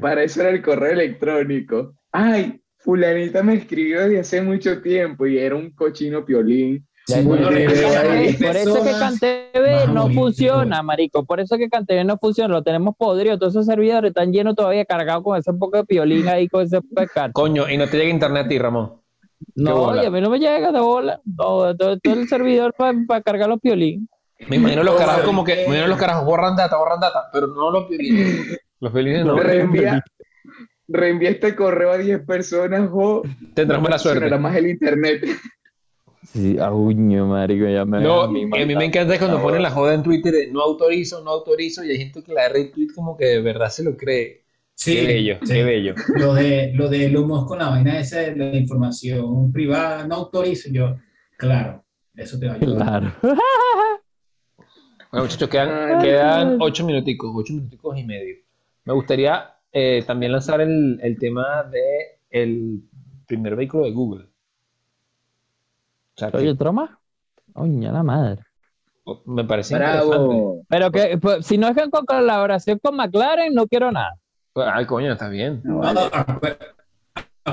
[SPEAKER 1] Para eso era el correo electrónico. Ay, fulanita me escribió desde hace mucho tiempo y era un cochino piolín.
[SPEAKER 2] Ya
[SPEAKER 4] Sí,
[SPEAKER 2] no
[SPEAKER 4] bueno,
[SPEAKER 2] lo
[SPEAKER 1] eh,
[SPEAKER 2] recuerdo.
[SPEAKER 4] eh,
[SPEAKER 2] por eso que
[SPEAKER 4] personas,
[SPEAKER 2] CanTV
[SPEAKER 4] vamos,
[SPEAKER 2] no
[SPEAKER 4] y-
[SPEAKER 2] funciona, marico. Por eso que CanTV no funciona. Lo tenemos podrido. Todos esos servidores están llenos todavía cargados con ese poco de piolín ahí, con ese poco de carta.
[SPEAKER 3] Coño, y no te llega internet a ti, Ramón.
[SPEAKER 2] *laughs* No,
[SPEAKER 3] bola.
[SPEAKER 2] y a mí no me llega de bola. No, todo, todo el servidor para cargar los piolín.
[SPEAKER 3] Me imagino los
[SPEAKER 4] No,
[SPEAKER 3] carajos
[SPEAKER 4] vale.
[SPEAKER 3] como que, me imagino los carajos borran data, borran data, pero no los violines. Los violines no.
[SPEAKER 1] Reenvía, reenvía este correo a 10 personas o
[SPEAKER 3] Tendrás mala suerte.
[SPEAKER 1] funcionará más el internet.
[SPEAKER 2] Sí, aguño, marico, ya me.
[SPEAKER 3] No, y a mí me encanta es cuando ponen la joda en Twitter de no autorizo, no autorizo, y hay gente que la retweet como que de verdad se lo cree.
[SPEAKER 4] Sí,
[SPEAKER 3] qué bello,
[SPEAKER 4] sí.
[SPEAKER 3] qué bello.
[SPEAKER 4] Lo de, lo de Elon Musk con la vaina esa de la información privada, no autorizo yo. Claro, eso te va a ayudar.
[SPEAKER 2] Claro.
[SPEAKER 3] Bueno, muchachos, quedan,
[SPEAKER 1] Ay,
[SPEAKER 3] quedan ocho minuticos, ocho minuticos y medio. Me gustaría eh, también lanzar el, el tema de el primer vehículo de Google. O sea, que
[SPEAKER 2] Oye, otro más. Oña la madre.
[SPEAKER 3] me parece interesante.
[SPEAKER 1] Bravo.
[SPEAKER 2] Pero que pues, si no es con colaboración con McLaren, no quiero nada.
[SPEAKER 3] Ay, coño, está bien.
[SPEAKER 4] No, acuer-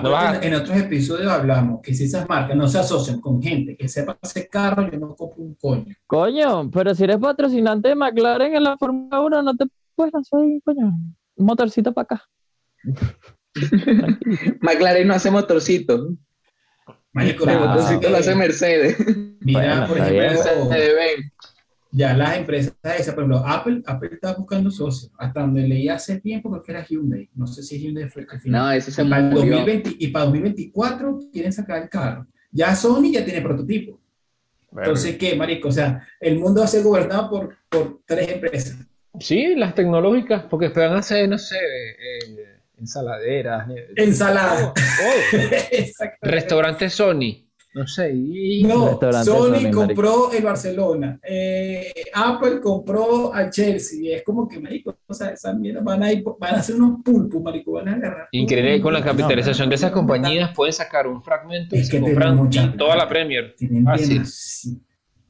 [SPEAKER 3] No va.
[SPEAKER 4] en, en otros episodios hablamos que si esas marcas no se asocian con gente que sepa hacer carro, yo no compro un coño.
[SPEAKER 2] Coño, pero si eres patrocinante de McLaren en la Fórmula 1, no te puedes lanzar ahí, coño. Un motorcito para acá.
[SPEAKER 1] McLaren no hace motorcito.
[SPEAKER 4] Marico,
[SPEAKER 1] El
[SPEAKER 2] Ah.
[SPEAKER 1] motorcito lo hace Mercedes.
[SPEAKER 4] Mira,
[SPEAKER 2] Bueno,
[SPEAKER 4] por
[SPEAKER 2] está
[SPEAKER 4] ejemplo,
[SPEAKER 1] *laughs* Mercedes-Benz.
[SPEAKER 4] ya las empresas esas, por ejemplo, Apple, Apple está buscando socios. Hasta donde leí hace tiempo, creo que era Hyundai. No sé si Hyundai fue el que al final.
[SPEAKER 1] No, eso se
[SPEAKER 4] y, para el
[SPEAKER 1] murió.
[SPEAKER 4] 2020 y para 2024 quieren sacar el carro. Ya Sony ya tiene prototipo. Entonces, ¿qué, marico? O sea, el mundo va a ser gobernado por, por tres empresas. *laughs*
[SPEAKER 3] Sí, las tecnológicas, porque esperan hacer, no sé, eh, ensaladeras. eh, todo,
[SPEAKER 4] Ensalada.
[SPEAKER 3] todo.
[SPEAKER 4] *laughs* Exactamente.
[SPEAKER 3] Restaurante Sony. No sé. y-
[SPEAKER 4] No,
[SPEAKER 2] Restaurantes
[SPEAKER 4] Sony
[SPEAKER 2] Sony,
[SPEAKER 4] compró el Barcelona, eh, Apple compró al Chelsea, y es como que, marico, o sea, esa mierda van a, ir, van a hacer unos pulpos, marico, van a agarrar.
[SPEAKER 3] Increíble con la capitalización de esas
[SPEAKER 4] No,
[SPEAKER 3] compañías pueden sacar un fragmento y
[SPEAKER 4] Es
[SPEAKER 3] se
[SPEAKER 4] que tienen
[SPEAKER 3] compran
[SPEAKER 4] mucha-
[SPEAKER 3] toda la Premier.
[SPEAKER 4] Tienen
[SPEAKER 3] Ah, sí.
[SPEAKER 4] demasi-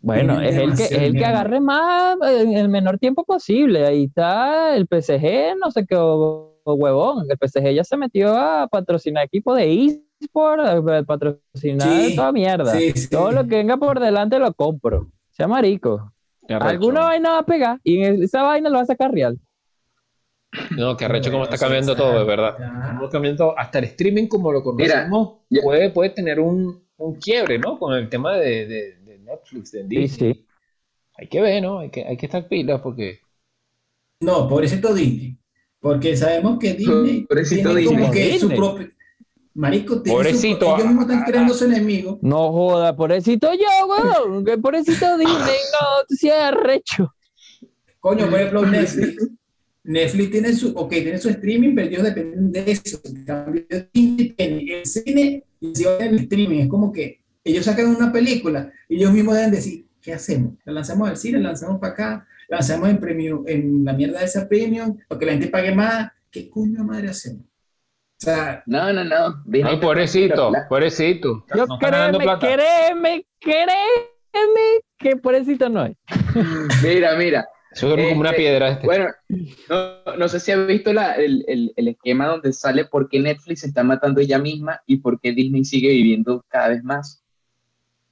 [SPEAKER 2] Bueno, es el que, es el que
[SPEAKER 4] Demasiado.
[SPEAKER 2] agarre más eh, en el menor tiempo posible. Ahí está el PSG, no sé qué o- o huevón. El PSG ya se metió a patrocinar equipos de eSport, a a patrocinar
[SPEAKER 4] Sí,
[SPEAKER 2] toda mierda.
[SPEAKER 4] sí, sí.
[SPEAKER 2] Todo lo que venga por delante lo compro. Sea marico.
[SPEAKER 3] Qué arrecho.
[SPEAKER 2] Alguna vaina va a pegar y en esa vaina lo va a sacar real.
[SPEAKER 3] No, que arrecho cómo está
[SPEAKER 4] O sea,
[SPEAKER 3] cambiando todo, es verdad.
[SPEAKER 4] ya.
[SPEAKER 3] Estamos cambiando hasta el streaming como lo conocemos.
[SPEAKER 1] ya-
[SPEAKER 3] puede, puede tener un, un quiebre, ¿no? Con el tema de, de- de Netflix, de
[SPEAKER 2] Sí,
[SPEAKER 3] Disney.
[SPEAKER 2] sí.
[SPEAKER 3] Hay que ver, ¿no? Hay que, hay que estar pilas porque...
[SPEAKER 4] No, pobrecito Disney. Porque sabemos que Disney
[SPEAKER 1] Pobrecito
[SPEAKER 4] tiene como
[SPEAKER 2] Disney.
[SPEAKER 4] que su
[SPEAKER 2] Disney.
[SPEAKER 4] propio. Marico, tiene su-
[SPEAKER 3] Pobrecito,
[SPEAKER 4] ellos mismos están
[SPEAKER 3] ah,
[SPEAKER 4] creando su enemigo.
[SPEAKER 2] No joda, pobrecito yo, huevón. Que pobrecito Disney, no, tú sí eres arrecho.
[SPEAKER 4] Coño, por ejemplo, Netflix. Netflix tiene su, ok, tiene su streaming, pero ellos dependen de eso. En cambio, Disney tiene el cine y si van en el streaming. Es como que ellos sacan una película y ellos mismos deben decir, ¿qué hacemos? ¿La lanzamos al cine? ¿La lanzamos para acá? ¿La lanzamos en premium, en la mierda de esa premium? ¿O que la gente pague más? ¿Qué coño madre hacemos? O sea,
[SPEAKER 1] No, no, no. Disney
[SPEAKER 3] Ay,
[SPEAKER 1] está
[SPEAKER 3] pobrecito,
[SPEAKER 1] tranquilo.
[SPEAKER 3] pobrecito.
[SPEAKER 2] Yo
[SPEAKER 3] No están ganando
[SPEAKER 2] créeme,
[SPEAKER 3] plata.
[SPEAKER 2] créeme, créeme que pobrecito no es.
[SPEAKER 1] Mira, mira.
[SPEAKER 3] Eso duerme como una
[SPEAKER 1] Este,
[SPEAKER 3] piedra este.
[SPEAKER 1] Bueno, no, no sé si has visto la- el, el- el esquema donde sale por qué Netflix se está matando ella misma y por qué Disney sigue viviendo cada vez más.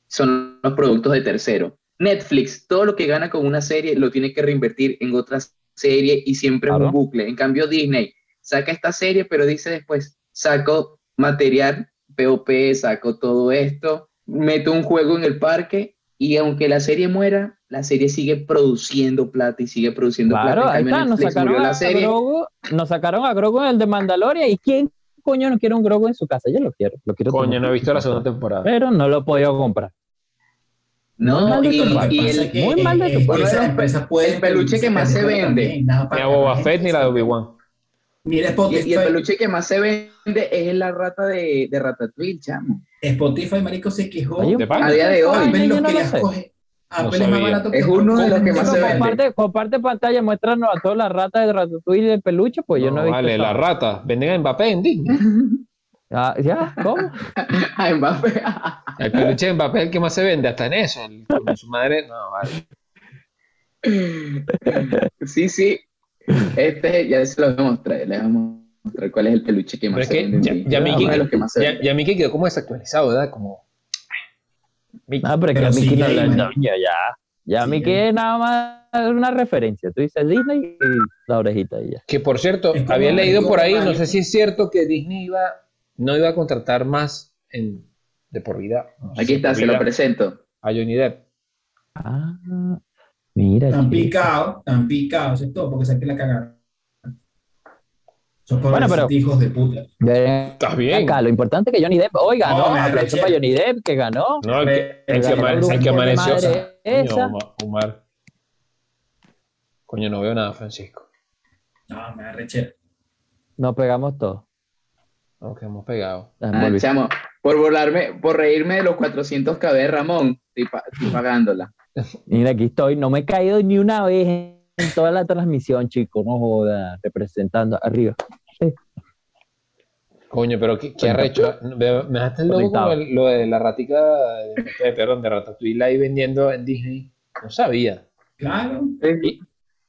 [SPEAKER 1] Son los productos de tercero. Netflix, todo lo que gana con una serie lo tiene que reinvertir en otra serie y siempre es
[SPEAKER 2] Claro.
[SPEAKER 1] un bucle. En cambio, Disney saca esta serie, pero dice después, saco material POP, saco todo esto, meto un juego en el parque y aunque la serie muera, la serie sigue produciendo plata y sigue produciendo
[SPEAKER 2] Claro,
[SPEAKER 1] plata.
[SPEAKER 2] ahí
[SPEAKER 1] En cambio,
[SPEAKER 2] está, nos
[SPEAKER 1] Netflix
[SPEAKER 2] sacaron,
[SPEAKER 1] murió la
[SPEAKER 2] a
[SPEAKER 1] serie.
[SPEAKER 2] Grogu, nos sacaron a Grogu en el de Mandalorian. ¿Y quién coño no quiere un Grogu en su casa? Yo lo quiero, lo quiero
[SPEAKER 3] Coño,
[SPEAKER 2] tener.
[SPEAKER 3] no he visto la segunda temporada.
[SPEAKER 2] Pero no lo he podido comprar.
[SPEAKER 1] No,
[SPEAKER 2] Mal de
[SPEAKER 1] y,
[SPEAKER 2] tu
[SPEAKER 4] lo
[SPEAKER 2] parte.
[SPEAKER 1] y
[SPEAKER 4] que pasa
[SPEAKER 1] el,
[SPEAKER 4] es que
[SPEAKER 2] muy mal de tu
[SPEAKER 4] es que
[SPEAKER 1] parte.
[SPEAKER 4] esas empresas pueden
[SPEAKER 1] El peluche que más se vende.
[SPEAKER 4] También, nada
[SPEAKER 3] Ni
[SPEAKER 4] para
[SPEAKER 3] a Boba
[SPEAKER 4] la
[SPEAKER 3] Fett ni
[SPEAKER 4] gente.
[SPEAKER 3] la de Obi-Wan.
[SPEAKER 4] Mira
[SPEAKER 1] y-
[SPEAKER 4] Spotify,
[SPEAKER 1] y el peluche que más se vende es la rata de, de Ratatouille, chamo. *laughs*
[SPEAKER 4] Spotify, marico, se quejó.
[SPEAKER 2] Hay un-
[SPEAKER 3] Oh, De
[SPEAKER 1] A
[SPEAKER 3] pan.
[SPEAKER 1] día de
[SPEAKER 4] Ah,
[SPEAKER 1] hoy.
[SPEAKER 2] Yo
[SPEAKER 4] Apple lo
[SPEAKER 2] no
[SPEAKER 4] quería
[SPEAKER 2] lo sé.
[SPEAKER 4] coger. Apple es
[SPEAKER 3] sabía.
[SPEAKER 4] Ah, pues más barato que
[SPEAKER 1] Es uno de los
[SPEAKER 4] Apple.
[SPEAKER 1] que más
[SPEAKER 2] Pero
[SPEAKER 1] se vende.
[SPEAKER 2] comparte, comparte pantalla, muéstranos a todas las ratas de Ratatouille y el peluche, pues yo no he visto.
[SPEAKER 3] vale,
[SPEAKER 2] esa
[SPEAKER 3] la
[SPEAKER 2] vaina.
[SPEAKER 3] rata. Venden a Mbappé en Disney.
[SPEAKER 2] Ah, ¿Ya?
[SPEAKER 3] *laughs*
[SPEAKER 2] ¿Cómo?
[SPEAKER 1] Ay, Mbappé.
[SPEAKER 3] El peluche de Mbappé es el que más se vende, hasta en eso. El, con su madre, no, vale.
[SPEAKER 1] Sí, sí. Este ya se lo voy a mostrar. Les vamos a mostrar cuál es el peluche que
[SPEAKER 3] Pero
[SPEAKER 1] más
[SPEAKER 3] es
[SPEAKER 1] se
[SPEAKER 3] que
[SPEAKER 1] vende. en
[SPEAKER 3] ya,
[SPEAKER 1] Disney.
[SPEAKER 3] ya
[SPEAKER 1] Uno
[SPEAKER 3] Mickey,
[SPEAKER 1] de los que más se
[SPEAKER 3] ya,
[SPEAKER 1] vende.
[SPEAKER 3] ya Mickey quedó como desactualizado, ¿verdad? Como...
[SPEAKER 2] No, Ah, pero,
[SPEAKER 4] Pero
[SPEAKER 2] que Mickey
[SPEAKER 4] sigue
[SPEAKER 2] no
[SPEAKER 4] ahí,
[SPEAKER 2] lo
[SPEAKER 4] marico.
[SPEAKER 2] ya. Ya
[SPEAKER 4] Sigue
[SPEAKER 2] Mickey
[SPEAKER 4] ahí.
[SPEAKER 2] es nada más una referencia. Tú dices Disney y la orejita y ya.
[SPEAKER 3] Que por cierto,
[SPEAKER 4] Es como
[SPEAKER 3] había leído
[SPEAKER 4] Mario
[SPEAKER 3] por ahí, no
[SPEAKER 4] Mario.
[SPEAKER 3] sé si es cierto que Disney iba, no iba a contratar más en, de por vida. no sé si
[SPEAKER 1] Aquí está,
[SPEAKER 3] por
[SPEAKER 1] se lo
[SPEAKER 3] vida,
[SPEAKER 1] presento.
[SPEAKER 3] A Johnny Depp.
[SPEAKER 2] Ah, mira.
[SPEAKER 4] Tan
[SPEAKER 2] chico.
[SPEAKER 4] picado, tan picado, eso es todo, porque saqué la cagada. Son
[SPEAKER 2] Bueno,
[SPEAKER 4] pobres
[SPEAKER 2] pero-
[SPEAKER 4] hijos de puta.
[SPEAKER 2] Ven
[SPEAKER 3] Estás bien.
[SPEAKER 2] acá, lo importante es que Johnny Depp hoy ganó.
[SPEAKER 4] No, me
[SPEAKER 2] aplauso
[SPEAKER 4] arreché.
[SPEAKER 2] para Johnny Depp que ganó.
[SPEAKER 3] No, el que, el que
[SPEAKER 2] Ganó
[SPEAKER 3] amane-
[SPEAKER 2] Bruno,
[SPEAKER 3] el que
[SPEAKER 2] por la
[SPEAKER 3] amaneció.
[SPEAKER 2] madre esa.
[SPEAKER 3] Coño, Omar- Omar. Coño, no veo nada, Francisco.
[SPEAKER 4] No, me arreché.
[SPEAKER 2] Nos pegamos todos.
[SPEAKER 3] No, que hemos pegado.
[SPEAKER 2] Ah,
[SPEAKER 1] Ah,
[SPEAKER 2] volví.
[SPEAKER 1] chamo, por volarme, por reírme de los 400 KB de Ramón, estoy, pa- estoy pagándola.
[SPEAKER 2] Mira, aquí estoy. No me he caído ni una vez en toda la transmisión, chico. No joda. Representando arriba.
[SPEAKER 3] Coño, pero qué, qué arrecho. Me, me dejaste loco
[SPEAKER 2] Conectado.
[SPEAKER 3] con el- lo de la ratica, de, de- perdón, de Ratatouille ahí vendiendo en Disney. No sabía.
[SPEAKER 4] Claro,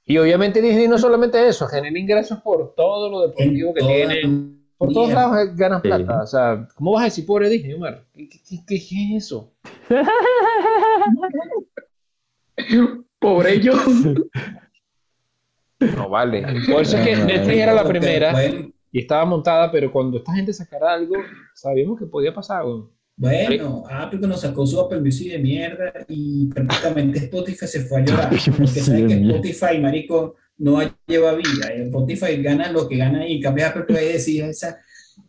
[SPEAKER 3] Y obviamente Disney no solamente eso, genera ingresos por todo lo deportivo que
[SPEAKER 4] toda
[SPEAKER 3] tiene. Por todos
[SPEAKER 4] mierda.
[SPEAKER 3] lados ganas
[SPEAKER 2] Sí.
[SPEAKER 3] plata. O sea, ¿cómo vas a decir pobre Disney, Omar? ¿Qué, qué- qué- qué es eso?
[SPEAKER 1] Pobre yo.
[SPEAKER 3] No vale. Por eso es que
[SPEAKER 2] No, no, no.
[SPEAKER 3] Netflix era la
[SPEAKER 4] Te
[SPEAKER 3] primera
[SPEAKER 4] pueden-
[SPEAKER 3] y estaba montada, pero cuando esta gente sacara algo, sabíamos que podía pasar. güey.
[SPEAKER 4] Bueno, Apple nos sacó su Apple Music de mierda y prácticamente Spotify se fue a llorar. Porque saben que Spotify, marico, no lleva vida. Eh, Spotify gana lo que gana y en cambio Apple puede decir esa.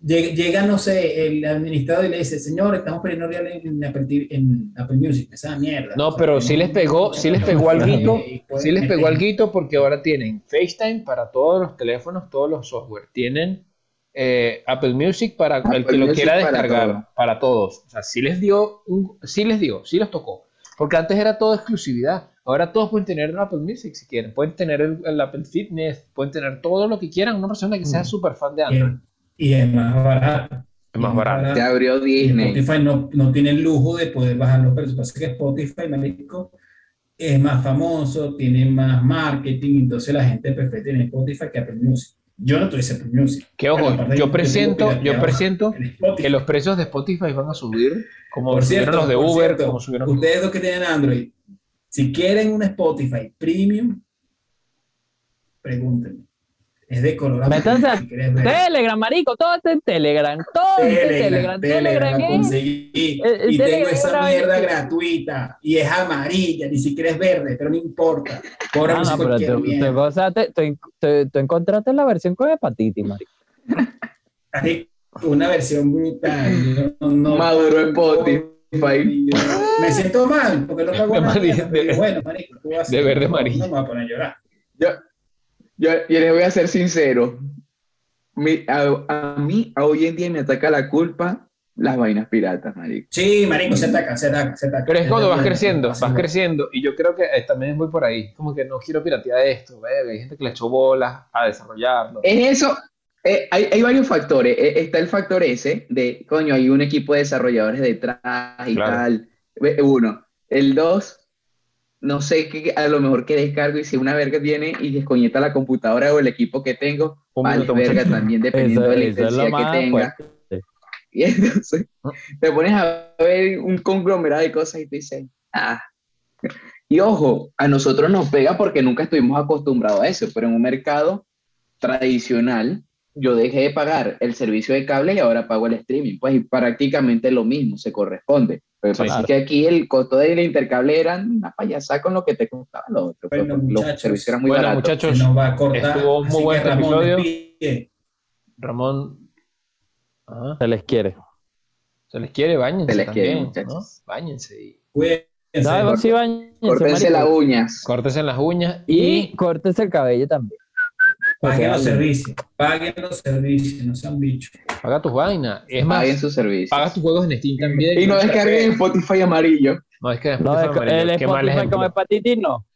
[SPEAKER 4] Llega, llega, no sé, el administrador y le dice, señor, estamos perdiendo real en Apple, TV en Apple Music, esa mierda.
[SPEAKER 3] No, pero sí les pegó, sí les pegó alguito, sí les
[SPEAKER 4] *laughs*
[SPEAKER 3] pegó alguito porque ahora tienen FaceTime para todos los teléfonos, todos los software. Tienen eh, Apple Music para
[SPEAKER 1] Apple
[SPEAKER 3] el que lo
[SPEAKER 1] Music
[SPEAKER 3] quiera
[SPEAKER 1] para
[SPEAKER 3] descargar, para,
[SPEAKER 1] todo.
[SPEAKER 3] todos. O sea, sí les dio, un- sí les dio, sí los tocó. Porque antes era todo exclusividad. Ahora todos pueden tener Apple Music si quieren. Pueden tener el, el Apple Fitness, pueden tener todo lo que quieran. Una persona que sea
[SPEAKER 4] Mm.
[SPEAKER 3] súper fan de
[SPEAKER 4] Y
[SPEAKER 3] Android.
[SPEAKER 4] es- Y es más barato.
[SPEAKER 3] Es más barato.
[SPEAKER 1] Te abrió Disney.
[SPEAKER 4] Spotify no, no tiene el lujo de poder bajar los precios. Pasa que Spotify, marico, es más famoso, tiene más marketing, entonces la gente prefiere tener Spotify que Apple Music. Yo no tuviese Apple Music.
[SPEAKER 3] Que ojo,
[SPEAKER 4] Pero aparte
[SPEAKER 3] yo
[SPEAKER 4] yo tengo
[SPEAKER 3] presiento, yo
[SPEAKER 4] pirateado.
[SPEAKER 3] presiento
[SPEAKER 4] en Spotify.
[SPEAKER 3] que los precios de Spotify van a subir, como
[SPEAKER 4] Por
[SPEAKER 3] subieron
[SPEAKER 4] cierto,
[SPEAKER 3] los de
[SPEAKER 4] por
[SPEAKER 3] Uber,
[SPEAKER 4] cierto,
[SPEAKER 3] como subieron
[SPEAKER 4] ustedes los que tienen Android, si quieren un Spotify Premium, pregúntenme. Es de color amarillo,
[SPEAKER 2] Métanse a
[SPEAKER 4] si quieres ver.
[SPEAKER 2] Telegram, marico, todo está en Telegram, todo está en Telegram,
[SPEAKER 4] Telegram, Telegram,
[SPEAKER 2] ¿eh?
[SPEAKER 4] lo conseguí.
[SPEAKER 2] Eh,
[SPEAKER 4] Y tengo
[SPEAKER 2] Telegram
[SPEAKER 4] esa
[SPEAKER 2] era-
[SPEAKER 4] mierda gratuita. Y es amarilla, ni siquiera es verde, pero no importa. Cobra
[SPEAKER 2] Ah,
[SPEAKER 4] por
[SPEAKER 2] no, pero
[SPEAKER 4] cualquier
[SPEAKER 2] tú,
[SPEAKER 4] mierda.
[SPEAKER 2] tú gozaste- tú- tú- tú encontraste la versión con hepatitis, marico.
[SPEAKER 4] Así, Una versión brutal. Yo No, no-
[SPEAKER 1] Maduro Spotify.
[SPEAKER 4] Me siento mal, porque no
[SPEAKER 3] *laughs*
[SPEAKER 4] pago
[SPEAKER 3] De
[SPEAKER 4] nada.
[SPEAKER 3] amarillo,
[SPEAKER 4] pero digo,
[SPEAKER 3] de-
[SPEAKER 4] bueno, marico, tú vas a-
[SPEAKER 3] de verde amarillo.
[SPEAKER 4] No me voy a poner a llorar.
[SPEAKER 1] Yo, yo, yo les voy a ser sincero. Mi- a, a mí a hoy en día me ataca la culpa las vainas piratas, marico.
[SPEAKER 4] Sí, marico, se ataca, se ataca, se ataca.
[SPEAKER 3] Pero es cuando vas
[SPEAKER 4] Bueno,
[SPEAKER 3] creciendo,
[SPEAKER 4] así
[SPEAKER 3] vas
[SPEAKER 4] va.
[SPEAKER 3] creciendo. Y yo creo que eh, también voy por ahí. Como que no quiero piratear esto. eh, Hay gente que le echó bolas a desarrollarlo.
[SPEAKER 1] Es eso. eh, hay, hay varios factores. Eh, está el factor ese de, coño, hay un equipo de desarrolladores detrás y
[SPEAKER 3] Claro.
[SPEAKER 1] tal. Ve- Uno. El dos, no sé, que a lo mejor que descargo y si una verga viene y desconecta la computadora o el equipo que tengo,
[SPEAKER 3] Un
[SPEAKER 1] vale,
[SPEAKER 3] minuto,
[SPEAKER 1] verga
[SPEAKER 3] muchachos.
[SPEAKER 1] también, dependiendo
[SPEAKER 2] Eso-
[SPEAKER 1] de la
[SPEAKER 2] eso es lo
[SPEAKER 1] intensidad
[SPEAKER 2] más
[SPEAKER 1] que tenga.
[SPEAKER 2] fuerte.
[SPEAKER 1] Y *laughs* entonces
[SPEAKER 3] Ah.
[SPEAKER 1] te pones a ver un conglomerado de cosas y te dicen, ah. Y ojo, a nosotros nos pega porque nunca estuvimos acostumbrados a eso, pero en un mercado tradicional, yo dejé de pagar el servicio de cable y ahora pago el streaming, pues y prácticamente lo mismo, se corresponde. Lo que
[SPEAKER 3] Sí,
[SPEAKER 1] pasa
[SPEAKER 2] claro.
[SPEAKER 1] es que aquí el costo del intercable era una payasada con lo que te costaba lo otro, pues,
[SPEAKER 4] Bueno,
[SPEAKER 1] porque los
[SPEAKER 4] muchachos.
[SPEAKER 1] servicios eran muy
[SPEAKER 3] Bueno,
[SPEAKER 1] baratos.
[SPEAKER 4] Se
[SPEAKER 3] muchachos,
[SPEAKER 4] nos va a cortar.
[SPEAKER 3] estuvo muy
[SPEAKER 4] así que,
[SPEAKER 3] buen este
[SPEAKER 4] Ramón,
[SPEAKER 3] episodio.
[SPEAKER 4] despide.
[SPEAKER 3] Ramón. Ajá.
[SPEAKER 2] Se les quiere.
[SPEAKER 3] Se les quiere, bañense.
[SPEAKER 1] Se les quiere,
[SPEAKER 3] también,
[SPEAKER 1] muchachos.
[SPEAKER 3] ¿no? Báñense y
[SPEAKER 4] Cuídense.
[SPEAKER 2] No, sí, bañense,
[SPEAKER 1] Córtense
[SPEAKER 2] marico.
[SPEAKER 1] las uñas.
[SPEAKER 3] córtense las uñas
[SPEAKER 2] Y
[SPEAKER 3] y.
[SPEAKER 2] córtense el cabello también.
[SPEAKER 4] Paguen los
[SPEAKER 2] Porque-
[SPEAKER 4] servicios. Paguen los servicios, no sean bichos.
[SPEAKER 3] Paga tus vainas. Es más,
[SPEAKER 1] Paguen sus servicios.
[SPEAKER 3] paga tus juegos en Steam también.
[SPEAKER 1] Y no descarguen Spotify amarillo.
[SPEAKER 3] No es que
[SPEAKER 2] No,
[SPEAKER 3] Spotify
[SPEAKER 2] el
[SPEAKER 3] amarillo, qué mal
[SPEAKER 2] Spotify
[SPEAKER 3] ejemplo.
[SPEAKER 2] con hepatitis no.